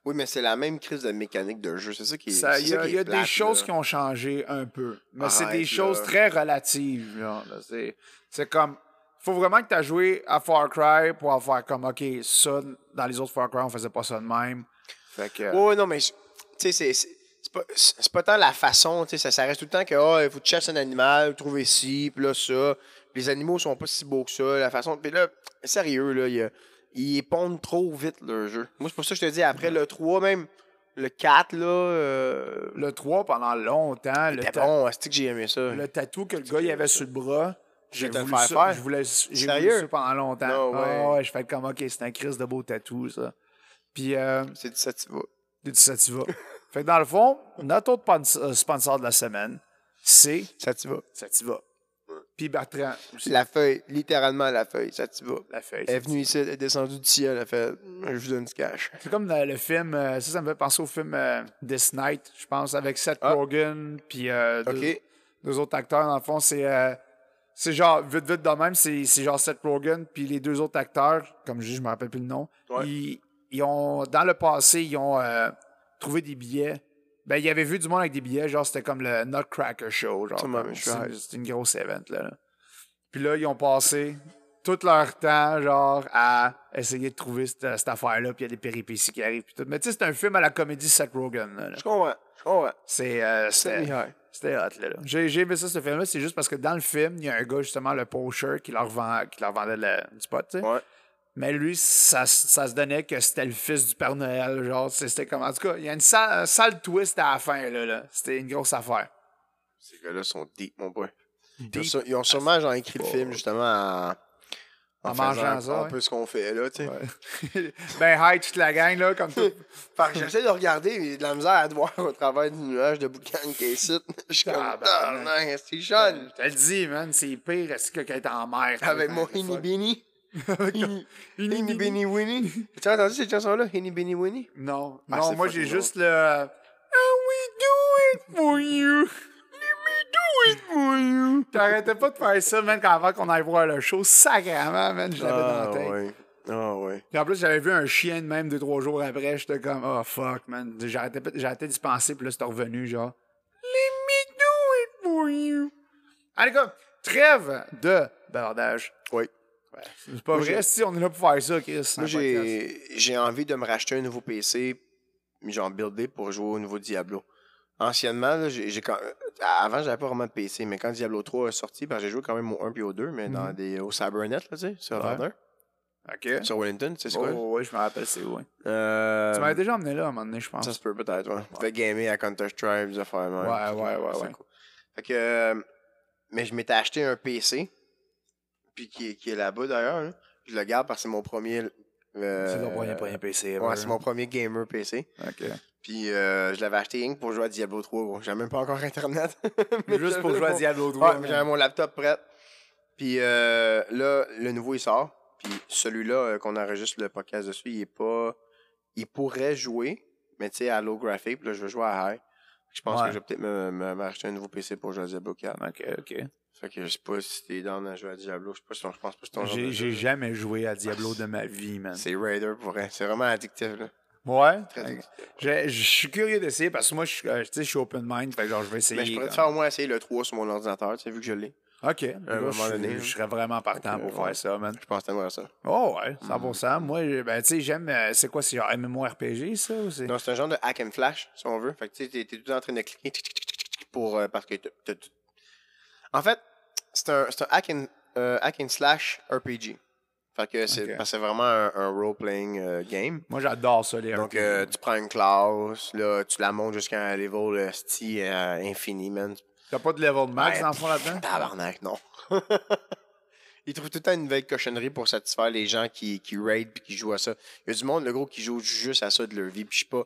Oui, mais c'est la même crise de mécanique de jeu. C'est ça qui est. Ça, c'est Il y ça a, qui il y a est des plate, choses là. qui ont changé un peu, mais c'est des Arrête, choses là. très relatives. genre, là. C'est c'est comme, faut vraiment que tu as joué à Far Cry pour en faire comme, OK, ça, dans les autres Far Cry, on faisait pas ça de même. Oh, Fait que, Ouais, ouais, non, mais je- tu sais, c'est- c'est c'est pas, c'est- c'est pas tant la façon, tu sais, ça, ça reste tout le temps que, ah, il faut que tu cherches un animal, trouver ci, puis là, ça. Les animaux sont pas si beaux que ça, la façon. Puis là, sérieux, là, il y a- ils pondent trop vite le jeu. Moi, c'est pour ça que je te dis, après le 3, même le 4, là, euh, le 3, pendant longtemps, le, c'était ta- bon, c'est que j'ai aimé ça. le tatou que le gars il avait sur le bras, j'ai te le voulu, faire ça- faire? Je voulais, j'ai voulu Sérieux? ça pendant longtemps. No Ah way. ouais, je fais comme, OK, c'est un crise de beau tatou, ça. Puis, euh, C'est du sativa. des petits sativa. fait que dans le fond, notre autre pan- euh, sponsor de la semaine, c'est Sativa. Sativa. Puis Bertrand aussi. La feuille, littéralement la feuille, sativa. La feuille. Elle est venue ici, elle est descendue du ciel, elle a fait, je vous donne du cash. C'est comme dans le film, euh, ça, ça me fait penser au film euh, This Night, je pense, avec Seth Ah. Rogen, puis euh, deux, Ok. deux autres acteurs. Dans le fond, c'est euh, c'est genre, vite, vite de même, c'est c'est genre Seth Rogen, puis les deux autres acteurs, comme je dis, je me rappelle plus le nom, Ouais. ils, ils ont, dans le passé, ils ont euh, trouvé des billets. Ben, ils avaient vu du monde avec des billets, genre, c'était comme le Nutcracker Show, genre. Ça m'a- comme, je suis C'est c'est une grosse event, là. là. Puis là, ils ont passé tout leur temps, genre, à essayer de trouver cette, cette affaire-là, puis il y a des péripéties qui arrivent, puis tout. Mais tu sais, c'est un film à la comédie Seth Rogen, là. là. Je comprends, je comprends. C'est... euh, c'était- C'est mieux. c'était hot, là. là. J'ai j'ai aimé ça, ce film-là. C'est juste parce que dans le film, il y a un gars, justement, le pocher, qui leur, vend, qui leur vendait le- du pot, tu sais. Ouais. Mais lui, ça, s- ça se donnait que c'était le fils du Père Noël. Genre, c'est- c'était comme. En tout cas, il y a une sale, un sale twist à la fin, là. là. C'était une grosse affaire. Ces gars-là sont deep, mon boy. Bah, Ils ont sû- Ils ont sûrement genre, écrit le film justement en, En mangeant faisant ça, Un ouais. peu ce qu'on fait là, tu sais. ben, hi, toute la gang, là, comme tout. Fait que j'essaie de regarder, mais j'ai de la misère à te voir au travers du nuage de boucan qui est ici. Je suis comme, Ah, ben, ah, non, c'est jeune. Je te le dis, man, c'est pire est-ce que qu'être en mer. tu sais, Avec quand mon t'es Henny fuck. Benny. Henny Hini Henny Bini. Benny Winnie. Tu as entendu cette chanson-là, Henny Benny Winnie? Non, Ah, non c'est moi, j'ai fucking juste le. And we do it for you. Let me do it for you. J'arrêtais pas de faire ça, man, quand avant qu'on aille voir le show. Sacrément, man, je l'avais dans la tête. Ah, ouais. Ah ouais. Puis en plus, j'avais vu un chien de même deux, trois jours après. J'étais comme, oh fuck, man. J'arrêtais, pas- j'arrêtais d'y penser, puis là, c'était revenu, genre, Let me do it for you. Allez, comme, trêve de bavardage. Oui. C'est pas Moi, vrai, j'ai- si on est là pour faire ça, Chris. c'est un Moi, podcast. j'ai j'ai envie de me racheter un nouveau PC, genre buildé pour jouer au nouveau Diablo. Anciennement, là, j'ai j'ai quand- avant, j'avais pas vraiment de PC, mais quand Diablo 3 est sorti, ben, j'ai joué quand même au 1 puis au 2, mais dans des, au Cybernet, là, tu sais, sur Mhm. Ouais. Ardner, Ok. sur Wellington, tu sais c'est Oh, quoi? ouais, je me rappelle, c'est où. hein. Euh, Tu m'avais déjà emmené là à un moment donné, je pense. Ça se peut peut-être, ouais. Tu fais gamer à Counter-Strike, des affaires, ouais. Ouais, ouais, ouais, C'est ouais. cool. Fait que. euh, Mais je m'étais acheté un PC, puis qui, est- qui est là-bas d'ailleurs. là. Je le garde parce que c'est mon premier. euh, c'est ton premier, premier PC. Ouais, c'est mon premier gamer PC. Ok. Puis euh, je l'avais acheté rien que pour jouer à Diablo 3. Gros. J'avais même pas encore Internet. Mais Juste pour j'avais jouer à mon- Diablo 3. Ouais, mais j'avais mon laptop prêt. Puis euh, là, le nouveau, il sort. Puis celui-là euh, qu'on enregistre le podcast dessus, il est pas... Il pourrait jouer, mais tu sais, à low graphic. Puis là, je veux jouer à high. Je pense Ouais. que je vais peut-être me, me- m'acheter un nouveau PC pour jouer à Diablo 4. Ok, ok. Fait que je sais pas si t'es down à jouer à Diablo. Je sais pas si ton- je pense pas que c'est ton genre de J'ai, jeu. j'ai jamais joué à Diablo de ma vie, man. C'est Raider pour vrai. C'est vraiment addictif, là. Ouais. Très addictif. Je, je suis curieux d'essayer parce que moi, je, suis- euh, tu sais, je suis open mind. Fait que genre, je vais essayer. Mais je pourrais te comme- faire au moins essayer le 3 sur mon ordinateur, tu sais, vu que je l'ai. Ok. Là, moment je, donné, hein. je serais vraiment partant Ok, pour ouais. Mm. faire ça, man. Je pense que t'aimerais ça. Oh, ouais, 100%. Moi, je- ben, tu sais, j'aime. euh, c'est quoi, c'est genre MMORPG, ça? Ou c'est... Non, c'est un genre de hack and flash, si on veut. Fait que tu sais, t'es- t'es tout le temps en train de cliquer tic, tic, tic, tic, tic, pour. euh, parce que t'as- t'as- t'as- En fait, c'est un, c'est un hack, and, euh, hack and slash RPG. Fait que c'est, Ok. parce que c'est vraiment un, un role-playing euh, game. Moi, j'adore ça, les Donc, RPG. euh, tu prends une classe, là, tu la montes jusqu'à un level euh, sti euh, infini, man. T'as pas de level Ouais, max, Ah, dans le fond, là-dedans? Tabarnak, non. Ils trouvent tout le temps une nouvelle cochonnerie pour satisfaire les gens qui, qui raident puis qui jouent à ça. Il y a du monde, le gros, qui joue juste à ça de leur vie. Puis je sais pas.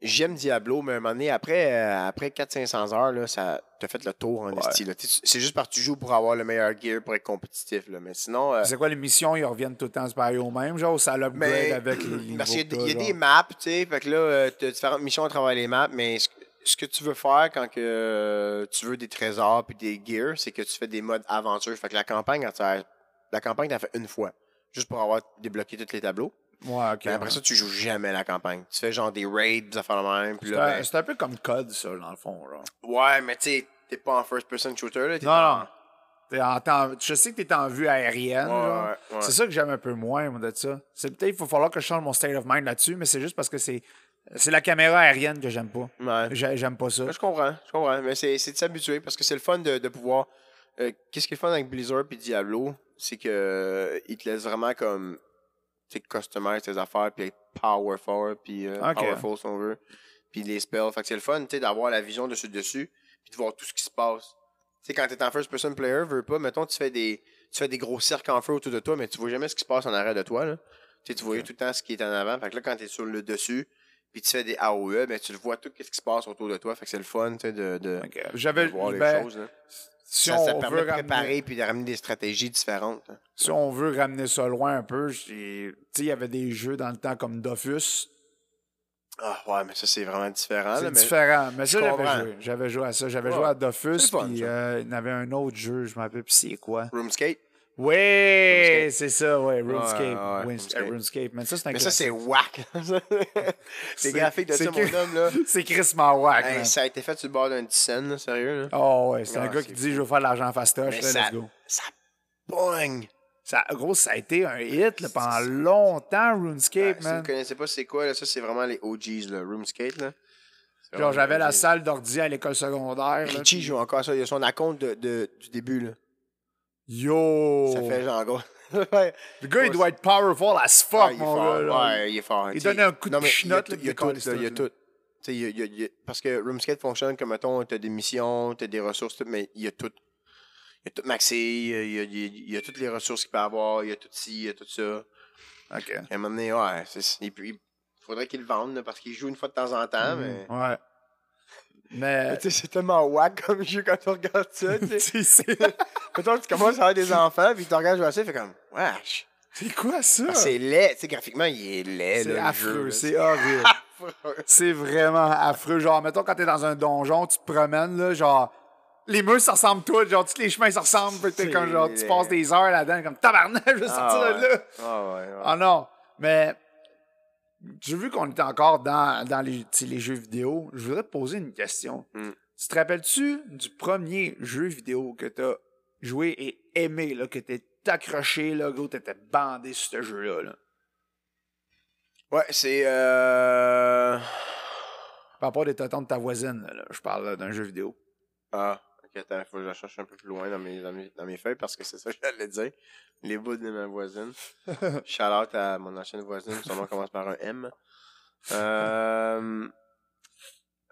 J'aime Diablo, mais à un moment donné, après, euh, après 400-500 heures, là, ça t'as fait le tour en esti, là. Tu- C'est juste parce que tu joues pour avoir le meilleur gear, pour être compétitif. Là. Mais sinon. euh, C'est quoi les missions? Ils reviennent tout le temps, c'est pareil au même, genre, ou ça l'upgrade mais, mm, avec les. niveaux parce qu'il y a, que il y a t'as, des genre? maps, tu sais. Fait que là, euh, t'as différentes missions à travers les maps, mais ce, que- ce que tu veux faire quand que, euh, tu veux des trésors puis des gears, c'est que tu fais des modes aventure. Fait que la campagne, quand tu as- la campagne, t'as fait une fois. Juste pour avoir débloqué tous les tableaux. Ouais, ok. Puis après ouais. ça, tu joues jamais la campagne. Tu fais genre des raids, des affaires de même. Puis C'est là, un- ben, c'est un peu comme code, ça, dans le fond, genre. ouais, mais tu sais, t'es pas en first-person shooter, là. t'es en- Non, non. T'es en temps- Je sais que t'es en vue aérienne. Ouais, genre. ouais, ouais. C'est ça que j'aime un peu moins, moi, de ça. C'est peut-être qu'il faut falloir que je change mon state of mind là-dessus, mais c'est juste parce que c'est c'est la caméra aérienne que j'aime pas. Ouais. J'ai- J'aime pas ça. Ouais, je comprends, je comprends. Mais c'est c'est de s'habituer parce que c'est le fun de, de pouvoir. euh, Qu'est-ce qui est le fun avec Blizzard puis Diablo, c'est que euh, ils te laissent vraiment comme tu sais, customize tes affaires puis être powerful puis euh, Ok. powerful si on veut. Puis les spells. Fait que c'est le fun, tu sais, d'avoir la vision dessus dessus puis de voir tout ce qui se passe. Tu sais, quand t'es en first person player, veux pas, mettons, tu fais des tu fais des gros cercles en feu autour de toi, mais tu vois jamais ce qui se passe en arrière de toi. Là. Tu sais, tu voyais tout le temps ce qui est en avant. Fait que là, quand tu es sur le dessus, puis tu fais des AOE, ben, tu le vois tout ce qui se passe autour de toi. Fait que c'est le fun tu sais, de, de, Donc, euh, de J'avais. voir les ben, choses. là. Si, ça, on ça te permet veut de ramener, préparer puis de ramener des stratégies différentes. hein. si on veut ramener ça loin un peu, j'ai- tu sais, il y avait des jeux dans le temps comme Dofus. Ah ouais, mais ça, c'est vraiment différent. C'est là, Ah, mais- différent. Mais ça, comprends. j'avais joué. J'avais joué à ça. J'avais Ouais. joué à C'est Dofus, le fun, puis ça. euh, il y en avait un autre jeu, je m'en rappelle plus c'est quoi. RuneScape. Ouais, RuneScape. c'est ça, ouais, RuneScape. Ouais, ouais, Win- RuneScape. euh, RuneScape. Mais ça, c'est un Mais ça, classique. c'est whack. les C'est- graphiques de c'est ça, que- mon homme, là. C'est Chris Mawak. Hey, ça a été fait sur le bord d'un petit scène, là, sérieux. Là. Oh, ouais, c'est un Ah, gars c'est qui dit Je veux faire de l'argent fastoche, mais là, ça, let's go. ça pogne. Ça, gros, ça a été un hit là, pendant longtemps, RuneScape, Ouais, Si vous man. connaissez pas c'est quoi, là, ça c'est vraiment les OGs, là, RuneScape. Là. C'est Genre, vraiment j'avais les la OGs. salle d'ordi à l'école secondaire. là, Richie puis- joue encore à ça, il a son acompte de, de- du début. Là. Yo! Ça fait genre gros. ouais. Le gars, il doit être powerful as fuck, Ah, il est mon fort. gars. là. Ouais, il est fort. Il t'sais. donnait un coup de Non, mais il y a chenotte, tout- là, Il y a puis tout. là, décolle, Il y a ça. tout. T'sais, il y a- il y a- il y a- Parce que RoomScape fonctionne comme, mettons, t'as des missions, t'as des ressources, tout, mais il y a tout. Il y a tout maxé, il y a, il y a- il y a- il y a toutes les ressources qu'il peut avoir, il y a tout ci, il y a tout ça. Ok. À un moment donné, ouais, c'est- et puis, il faudrait qu'il le vende, là, parce qu'il joue une fois de temps en temps, Mm, mais... Ouais. Mais. Euh, sais, c'est tellement wack comme jeu quand tu regardes ça, tu C'est c'est- Mettons, tu commences à avoir des enfants, puis tu regardes jouer ça, fait comme, wesh. c'est quoi ça? Ah, c'est laid, tu sais, graphiquement, il est laid, là, C'est le jeu, affreux, là. c'est horrible. c'est vraiment affreux. Genre, mettons, quand t'es dans un donjon, tu te promènes, là, genre, les murs, ça ressemble tout, genre, tous les chemins, ça ressemble, puis t'es C'est comme, genre, tu laid. passes des heures là-dedans, comme, tabarnak, je veux Ah, sortir de ouais. là. Ah, ouais, ouais. Ah non, mais j'ai vu qu'on était encore dans, dans les, tu sais, les jeux vidéo. Je voudrais te poser une question. Mm. Tu te rappelles-tu du premier jeu vidéo que t'as joué et aimé, là, que t'es accroché, là, gros, t'étais bandé sur ce jeu-là, là? Ouais, c'est. Euh... Par rapport des tontons de ta voisine, là, là, je parle là, d'un jeu vidéo. Ah, ok, attends, faut que je la cherche un peu plus loin dans mes, dans mes, dans mes feuilles parce que c'est ça que j'allais dire. Les bouts de ma voisine. Shout out à mon ancienne voisine, son nom commence par un M. Euh.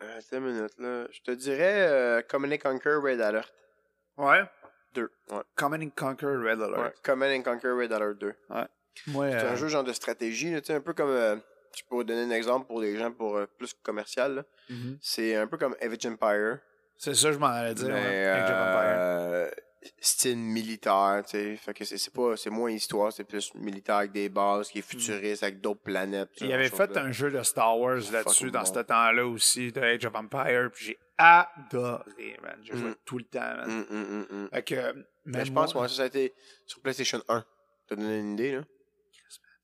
Attends une minute, là. Je te dirais euh, Command and Conquer Red Alert Ouais. 2. Ouais. Command and Conquer Red Alert. ouais. Command and Conquer Red Alert 2. Moi, C'est euh, un jeu genre de stratégie, là, tu sais, un peu comme. euh, je peux donner un exemple pour les gens pour euh, plus commercial. là. mhm. C'est un peu comme Avage Empire. C'est ça, je m'en allais dire. Mais, ouais, Age of Empires. euh, style militaire, tu sais. Fait que c'est c'est pas, c'est moins histoire, c'est plus militaire avec des bases, qui est futuriste, avec d'autres planètes. Hmm. Il avait fait un jeu de Star Wars là-dessus Fucking dans bon. ce temps-là aussi, de Age of Empire, puis j'ai adoré, man. J'ai joué Mm. tout le temps, man. Fait que, hum, Mais mais je pense, moi, moi, ça, ça a été sur PlayStation 1. T'as donné une idée, là?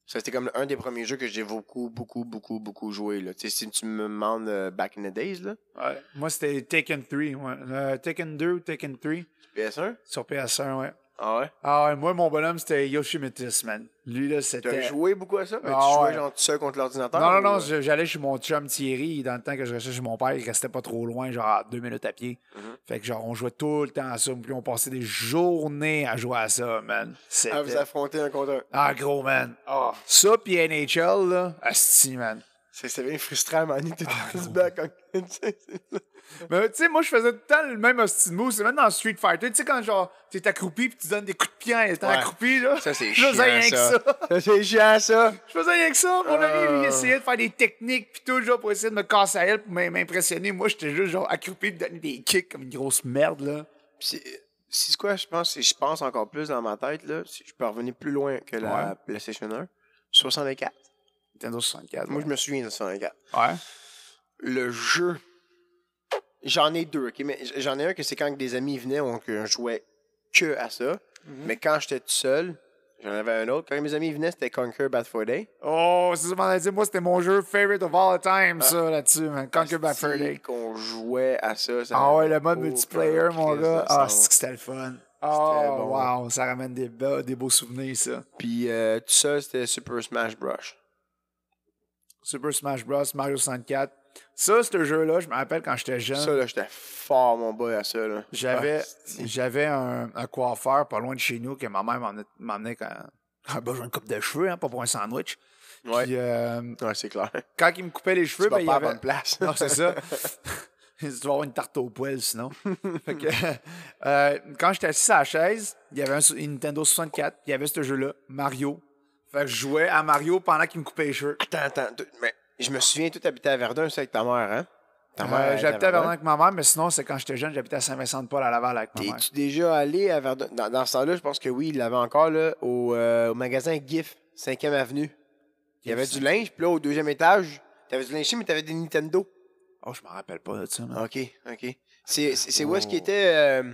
Ça, c'était comme un des premiers jeux que j'ai beaucoup, beaucoup, beaucoup, beaucoup joué, là. Tu sais, si tu me demandes euh, Back in the Days, là, ouais, moi, c'était Taken 3, ouais. Euh, Taken 2 ou Taken 3 PS1? sur PS1, ouais. Ah ouais? Ah ouais, moi, mon bonhomme, c'était Yoshimitsu, man. Lui, là, T'as c'était... joué beaucoup à ça? Mais Ah tu jouais, ouais. genre, tout seul contre l'ordinateur? Non, non, ou, non, euh, je- j'allais chez mon chum Thierry, dans le temps que je restais chez mon père, il restait pas trop loin, genre à deux minutes à pied. Mhm. Fait que genre, on jouait tout le temps à ça, puis on passait des journées à jouer à ça, man. C'était... Ah, vous affrontez un contre un. Ah, gros, man. Ah. Ça, pis NHL, là, asti, man. C'est c'est bien frustrant, man. T'es Ah, non. tout back en- tu sais, c'est- Mais tu sais, moi, je faisais tout le temps le même asti de move. C'est même dans Street Fighter. Tu sais, quand genre, t'es accroupi pis tu donnes des coups de pied en étant Ouais. accroupi, là. Ça, c'est Je faisais rien que chiant, ça. ça. Ça, C'est chiant, ça. Je faisais rien que ça. Mon ami, lui, il Euh. essayait de faire des techniques pis tout, genre, pour essayer de me casser à elle pour m'im- m'impressionner. Moi, j'étais juste, genre, accroupi pis donner des kicks comme une grosse merde, là. Puis c'est- c'est quoi, je pense, c'est- je pense encore plus dans ma tête, là, si je peux revenir plus loin que la Ouais. PlayStation 1. 64. Nintendo 64. Moi, je me souviens de 64. Ouais. Le jeu. J'en ai deux, ok? Mais j- j'en ai un que c'est quand des amis venaient, on, on jouait que à ça. Mhm. Mais quand j'étais tout seul, j'en avais un autre. Quand mes amis venaient, c'était Conquer Bad for Day. Oh, c'est ça, m'en a dit. Moi, c'était mon jeu favorite of all time, Ah. ça, là-dessus, man. Conquer by Asti Friday. qu'on jouait à ça. ça Ah ouais, le mode aucun multiplayer, mon crise de gars. Ah, sens. c'est que c'était le fun. C'était Ah, bon. wow, ça ramène des, be- des beaux souvenirs, ça. Puis euh, tout ça, c'était Super Smash Bros. Super Smash Bros, Mario 64. Ça, ce jeu-là, je me rappelle quand j'étais jeune, Ça, là, j'étais fort, mon boy, à ça, là. Ah. j'avais, Ah, c'est- j'avais un, un coiffeur pas loin de chez nous que ma mère m'emmenait- m'emmenait quand j'avais besoin de coupe de cheveux, hein, pas pour un sandwich. Ouais, Puis, euh, Ouais, c'est clair. quand il me coupait les cheveux, Tu ben, vas il y pas à avait... bonne place. Non, c'est ça. tu vas avoir une tarte au poil, sinon. Fait que, euh, quand j'étais assis à la chaise, il y avait un sou- une Nintendo 64, il y avait ce jeu-là, Mario. Fait que je jouais à Mario pendant qu'il me coupait les cheveux. Attends, attends. tu- Mais je me souviens, tout habitait à Verdun, c'est avec ta mère, hein? Ta mère. Euh, était j'habitais à Verdun avec ma mère, mais sinon, c'est quand j'étais jeune, j'habitais à Saint-Vincent-de-Paul à Laval avec ma mère. T'es-tu déjà allé à Verdun? Dans, dans ce temps-là, je pense que oui, il l'avait encore, là, au, euh, au magasin GIF, 5e Avenue. Il y avait du linge, puis là, au deuxième étage, t'avais du linge, mais t'avais des Nintendo. Oh, je me rappelle pas de ça. man. OK, OK. C'est c'est- c'est où est-ce qu'il était... euh,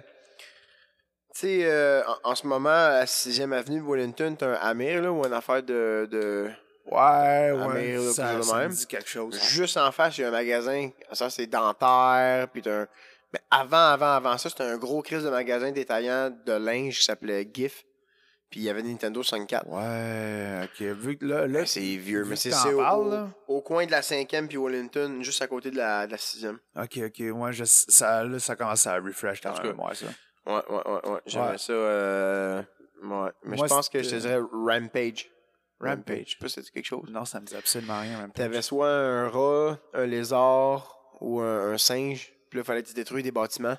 tu sais, euh, en, en ce moment, à 6e avenue de Wellington, t'as un Amir, là, ou une affaire de... de- Ouais, Ah, mais, ouais. là, ça, plus de ça me même. dit quelque chose. Juste en face, il y a un magasin, ça, c'est dentaire, puis t'as un... Mais avant, avant, avant ça, c'était un gros crise de magasin détaillant de linge qui s'appelait GIF, puis il y avait Nintendo 64. Ouais, ok. Vu que là, là Ben, c'est vieux, vu mais que c'est oh, t'en c'est au, parles, là. au coin de la 5e puis Wellington, juste à côté de la, de la 6e. ok, ok. Ouais, je- ça, là, ça commence à refresh dans En tout ma cas, mémoire, ça. Ouais, ouais, ouais, ouais. J'aimais Ouais. ça. euh, Ouais. Mais Moi, je pense que je te c'était- dirais Rampage. Rampage. Je sais pas si ça dit quelque chose. Non, ça me dit absolument rien. Rampage. T'avais soit un rat, un lézard ou un, un singe. Puis là, fallait que tu détruis des bâtiments,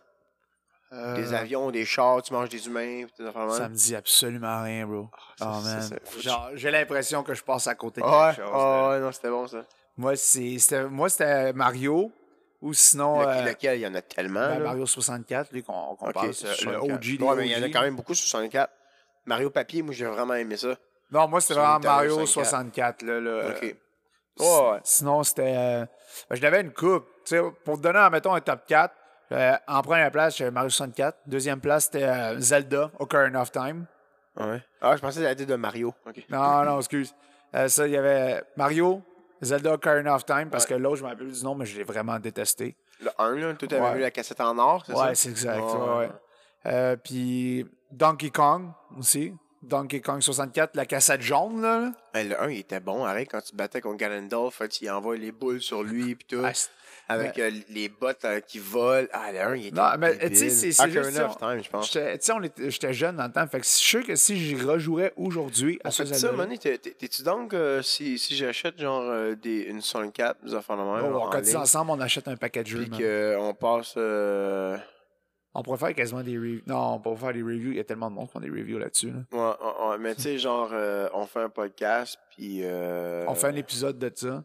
Euh, des avions, des chars, tu manges des humains, pis des affaires de même. Ça me dit absolument rien, bro. Oh, Ah, ça, man. ça, ça- Genre, j'ai l'impression que je passe à côté de Ah ouais, quelque ah chose. là. ouais, non, c'était bon ça. Moi, c'est- c'était moi, c'était Mario. Ou sinon. Le- euh, lequel, il y en a tellement. ben, là. Mario 64, lui, qu'on qu'on Ok, passe. euh, Le 64. OG des Ouais, mais il y en a OG. quand même beaucoup sur 64. Mario Papier, moi j'ai vraiment aimé ça. Non, moi, c'était sur vraiment Nintendo Mario 64. 64. là, le- ok. S- Ouais, ouais. Sinon, c'était. euh, ben, je l'avais une coupe. Tu sais, pour te donner, mettons, un top 4, euh, en première place, j'avais Mario 64. Deuxième place, c'était euh, Zelda, Ocarina of Time. Ouais. Ah, je pensais que c'était de Mario. Ok. Non, non, excuse. Euh, ça, il y avait Mario, Zelda, Ocarina of Time, parce que l'autre, je me rappelle du nom, mais je l'ai vraiment détesté. Le 1, là, tout avait Ouais. vu la cassette en or, c'est Ouais, ça? c'est exact. Ouais, ouais, ouais. ouais. Euh, Puis Donkey Kong aussi. Donkey Kong 64, la cassette jaune, là. là. Hey, le 1, il était bon, arrête, quand tu te battais contre Ganondorf, hein, tu y envoies les boules sur lui, pis tout. Ah, c'est- avec euh, les bottes euh, qui volent. Ah, le 1, il était Non, mais, tu sais, débile. c'est- c'est Ocarina juste si of Time, je pense. Ah, J'étais tu sais, on était- j'étais jeune dans le temps, fait que je suis sûr que si j'y rejouerais aujourd'hui à On ce fait ça, Zelda. Mané, t'es- t'es- t'es-tu donc euh, si, si j'achète genre euh, des, une 64, des enfants de même, en on cotise ligne, ensemble, on achète un paquet de jeux. puis man. qu'on passe... euh, On pourrait faire quasiment des reviews. Non, on pourrait faire des reviews. Il y a tellement de monde qui font des reviews là-dessus. là. Ouais, ouais, ouais, mais tu sais, genre, euh, on fait un podcast, puis. euh, On fait un épisode de ça.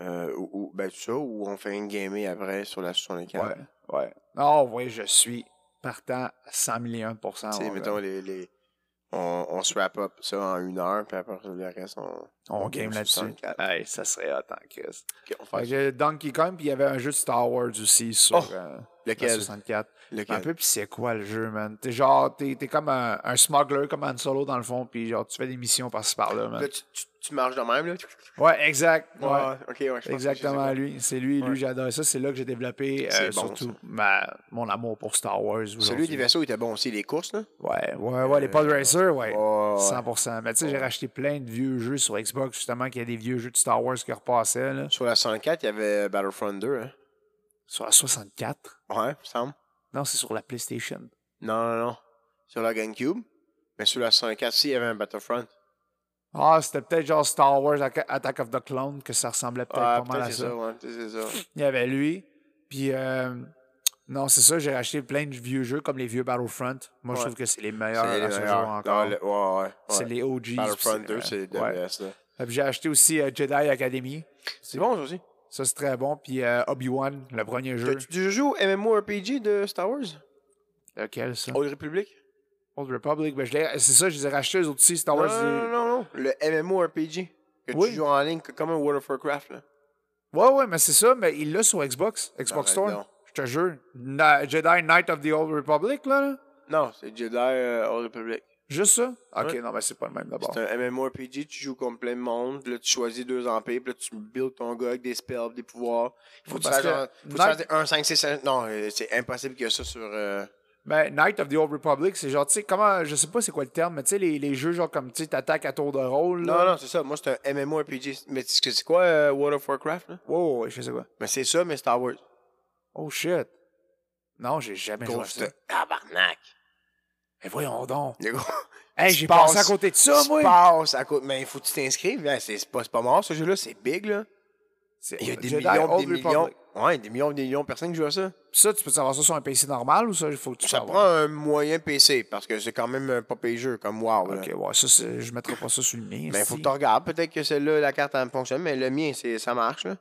euh, ou, ou- ben, ça, ou on fait une gamée après sur la 64. Ouais. Ouais. Non, oui, je suis partant à 101 Tu sais, on, mettons, les. les- On, on se wrap up ça en une heure, puis après le reste, on. on game sur là-dessus. 64. Hey, ça serait hot en crise. Ok, on Fait fait que j'ai Donkey Kong, puis il y avait un jeu de Star Wars aussi sur Oh, euh, la lequel 64. Lequel Un peu, puis c'est quoi le jeu, man? T'es genre, t'es t'es comme un, un smuggler, comme Han Solo dans le fond, puis genre, tu fais des missions par-ci par-là, man. Là, tu, tu, tu marches de même, là. Ouais, exact. Ouais, Ah, ok, ouais, je pense que je sais exactement, quoi. lui. C'est lui, Ouais. lui, j'adore ça. C'est là que j'ai développé euh, C'est bon, surtout ma- mon amour pour Star Wars. Celui des aujourd'hui. vaisseaux était bon aussi, les courses, là. Ouais, ouais, ouais, les Pod Racer, ouais. Ouais, 100%. Mais tu sais, j'ai racheté plein de vieux jeux sur Xbox, justement, qu'il y a des vieux jeux de Star Wars qui repassaient, là. Sur la 64, il y avait Battlefront 2, hein. Sur la 64. Ouais, il me semble. Non, c'est sur la PlayStation. Non, non, non. Sur la GameCube. Mais sur la 64, si, il y avait un Battlefront. Ah, c'était peut-être genre Star Wars Atta- Attack of the Clone, que ça ressemblait peut-être Ah, pas mal peut-être à c'est ça. ça, ouais, peut-être c'est ça. Il y avait lui. Puis, euh, non, c'est ça, j'ai racheté plein de vieux jeux comme les vieux Battlefront. Moi, je Ouais. trouve que c'est les meilleurs Ah, à ce jour encore. Non, le- ouais, ouais, ouais. C'est euh, les OG. Battlefront 2, c'est le best, là. J'ai acheté aussi euh, Jedi Academy. C'est bon, ça aussi. Ça, c'est très bon. Puis euh, Obi-Wan, le premier jeu. Tu, tu joues au MMORPG de Star Wars Lequel, ça? Old Republic Old Republic. Ben, je l'ai- c'est ça, je les ai rachetés, eux autres aussi, Star non, Wars. non, euh, non, les- non, non. Le MMORPG. Que Oui. tu joues en ligne que- comme un World of Warcraft, là. Ouais, ouais, mais c'est ça. Mais il l'a sur Xbox. Xbox Arrête Store. donc. Je te jure. Na- Jedi Knight of the Old Republic, là. là. Non, c'est Jedi euh, Old Republic. Juste ça? Ok, Ouais. non, mais c'est pas le même d'abord. C'est un MMORPG, tu joues comme plein de monde, puis là tu choisis deux empires, puis là tu builds ton gars avec des spells, des pouvoirs. Il faut que tu Parce fasses que genre- faut que tu Knight- fasses des 1, 5, 6, 7. Non, euh, c'est impossible qu'il y ait ça sur. euh, Mais Ben, Knight of the Old Republic, c'est genre, tu sais, comment, je sais pas c'est quoi le terme, mais tu sais, les, les jeux genre comme, tu sais, t'attaques à tour de rôle. Non, non, c'est ça. Moi, c'est un MMORPG. Mais tu sais que c'est quoi euh, World of Warcraft? Là? Wow, ouais, je sais quoi. Mais c'est ça, mais Star Wars. Oh shit. Non, j'ai jamais joué Gros, à Ben, ça. c'est un tabarnak. Mais voyons donc. Le gros, Hey, tu j'ai passes- passé à côté de ça, tu moi. passes à côté. Mais il faut que tu t'inscrives. hein, C'est c'est pas, c'est pas mort, ce jeu-là. C'est big, là. C'est- Il y a des Jedi millions, des Old millions. Republic. Ouais, des millions, des millions de personnes qui jouent à ça. Puis ça, tu peux savoir ça sur un PC normal ou ça, il faut que tu Ça saches? prend un moyen PC, parce que c'est quand même un pas payé jeu, comme WoW. là. Ok, ouais, ça, c'est- je mettrai pas ça sur le mien. Mais il hein. Ben, faut si. que tu regardes. Peut-être que celle-là, la carte, elle fonctionne, mais le mien, c'est, ça marche. Là.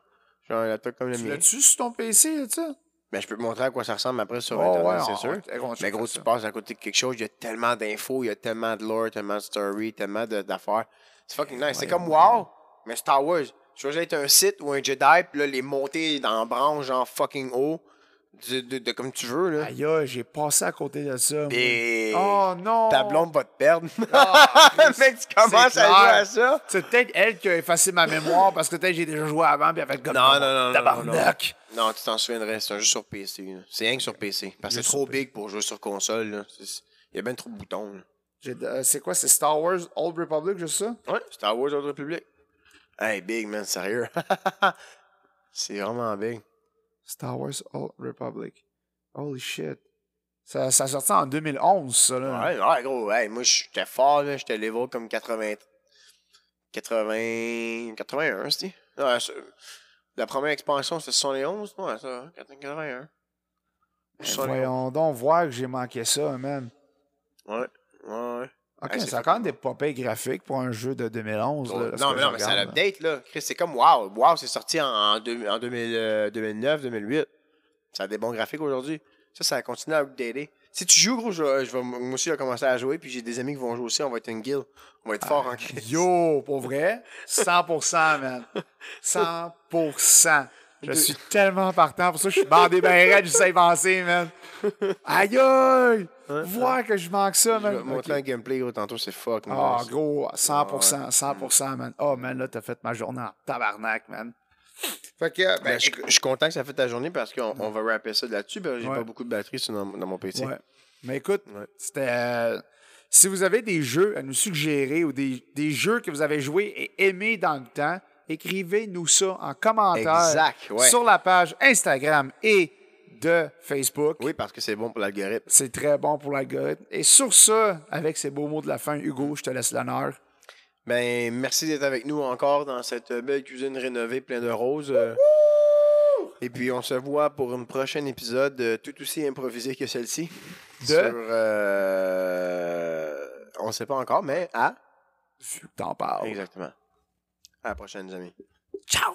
J'ai un laptop comme le Tu mien. l'as-tu sur ton PC, là, tu sais? Mais je peux te montrer à quoi ça ressemble après sur Oh, Internet, ouais, on- c'est sûr. on- on- mais gros, ça. tu passes à côté de quelque chose, il y a tellement d'infos, il y a tellement de lore, tellement de story, tellement de- d'affaires. Eh C'est fucking nice. C'est ouais, comme ouais. WoW, mais Star Wars. Tu vas être un site ou un Jedi, puis là, les monter dans la branche, genre fucking haut, de, de- de comme tu veux. Là. Aïe, aïe, j'ai passé à côté de ça. moi. Et Oh non! ta blonde va te perdre. Ah, Mec, tu commences c'est à jouer à clair. ça. C'est peut-être elle qui a effacé ma mémoire parce que peut-être j'ai déjà joué avant puis elle fait comme Non, non, non, non, tabarnak. Non, tu t'en souviendrais, c'est un jeu sur PC. là. C'est rien que sur PC. Parce que Juste c'est trop sur PC. big pour jouer sur console. là. C'est- c'est- Il y a bien trop de boutons. là. J'ai- euh, c'est quoi, c'est Star Wars Old Republic, juste ça? Ouais, Star Wars Old Republic. Hey, big man, sérieux. c'est vraiment big. Star Wars Old Republic. Holy shit. Ça, ça sortit en 2011, ça, là. Ouais, ouais, gros, hey, moi j'étais fort, là, j'étais level comme 80. 80. 81, c'est Ouais, c'est- la première expansion c'était 71, ouais, ça, hein, 81. Ben, 71. Voyons donc voir que j'ai manqué ça, man. Ouais, ouais. ouais. Ok, Ouais, c'est ça a quand même des papiers graphiques pour un jeu de 2011. là, parce non, que mais je non, mais c'est regarde, à là. l'update, là. Chris, c'est comme Wow. Wow, c'est sorti en, en deux- en 2000, euh, 2009, 2008. Ça a des bons graphiques aujourd'hui. Ça, ça continue à updater. Si tu joues, gros, je, vais- je vais- moi aussi, je vais commencer à jouer, puis j'ai des amis qui vont jouer aussi. On va être une guild. On va être fort en Chris. Ah, Yo, pour vrai, 100%, man. 100%. Je suis tellement partant. Pour ça, je suis bandé ben raide, je sais avancer, man. Aïe, aïe! Voir que je manque ça, Je vais man. te montrer Ok. un gameplay, gros, tantôt, c'est fuck. Ah, man. gros, 100%, 100%, man. Oh, man, là, t'as fait ma journée en tabarnak, man. Fait que, Ben, je, je suis content que ça fait ta journée parce qu'on on va rapper ça de là-dessus. parce que J'ai Ouais. pas beaucoup de batterie sur- dans, dans mon PC. Ouais. Mais écoute, Ouais. c'était. euh, si vous avez des jeux à nous suggérer ou des, des jeux que vous avez joués et aimés dans le temps, écrivez-nous ça en commentaire Exact, ouais. sur la page Instagram et de Facebook. Oui, parce que c'est bon pour l'algorithme. C'est très bon pour l'algorithme. Et sur ça, avec ces beaux mots de la fin, Hugo, je te laisse l'honneur. Ben, merci d'être avec nous encore dans cette belle cuisine rénovée pleine de roses. euh. Et puis, on se voit pour un prochain épisode euh, tout aussi improvisé que celle-ci. De- Sur. euh, On sait pas encore, mais à. Vu que t'en parles. Exactement. À la prochaine, les amis. Ciao!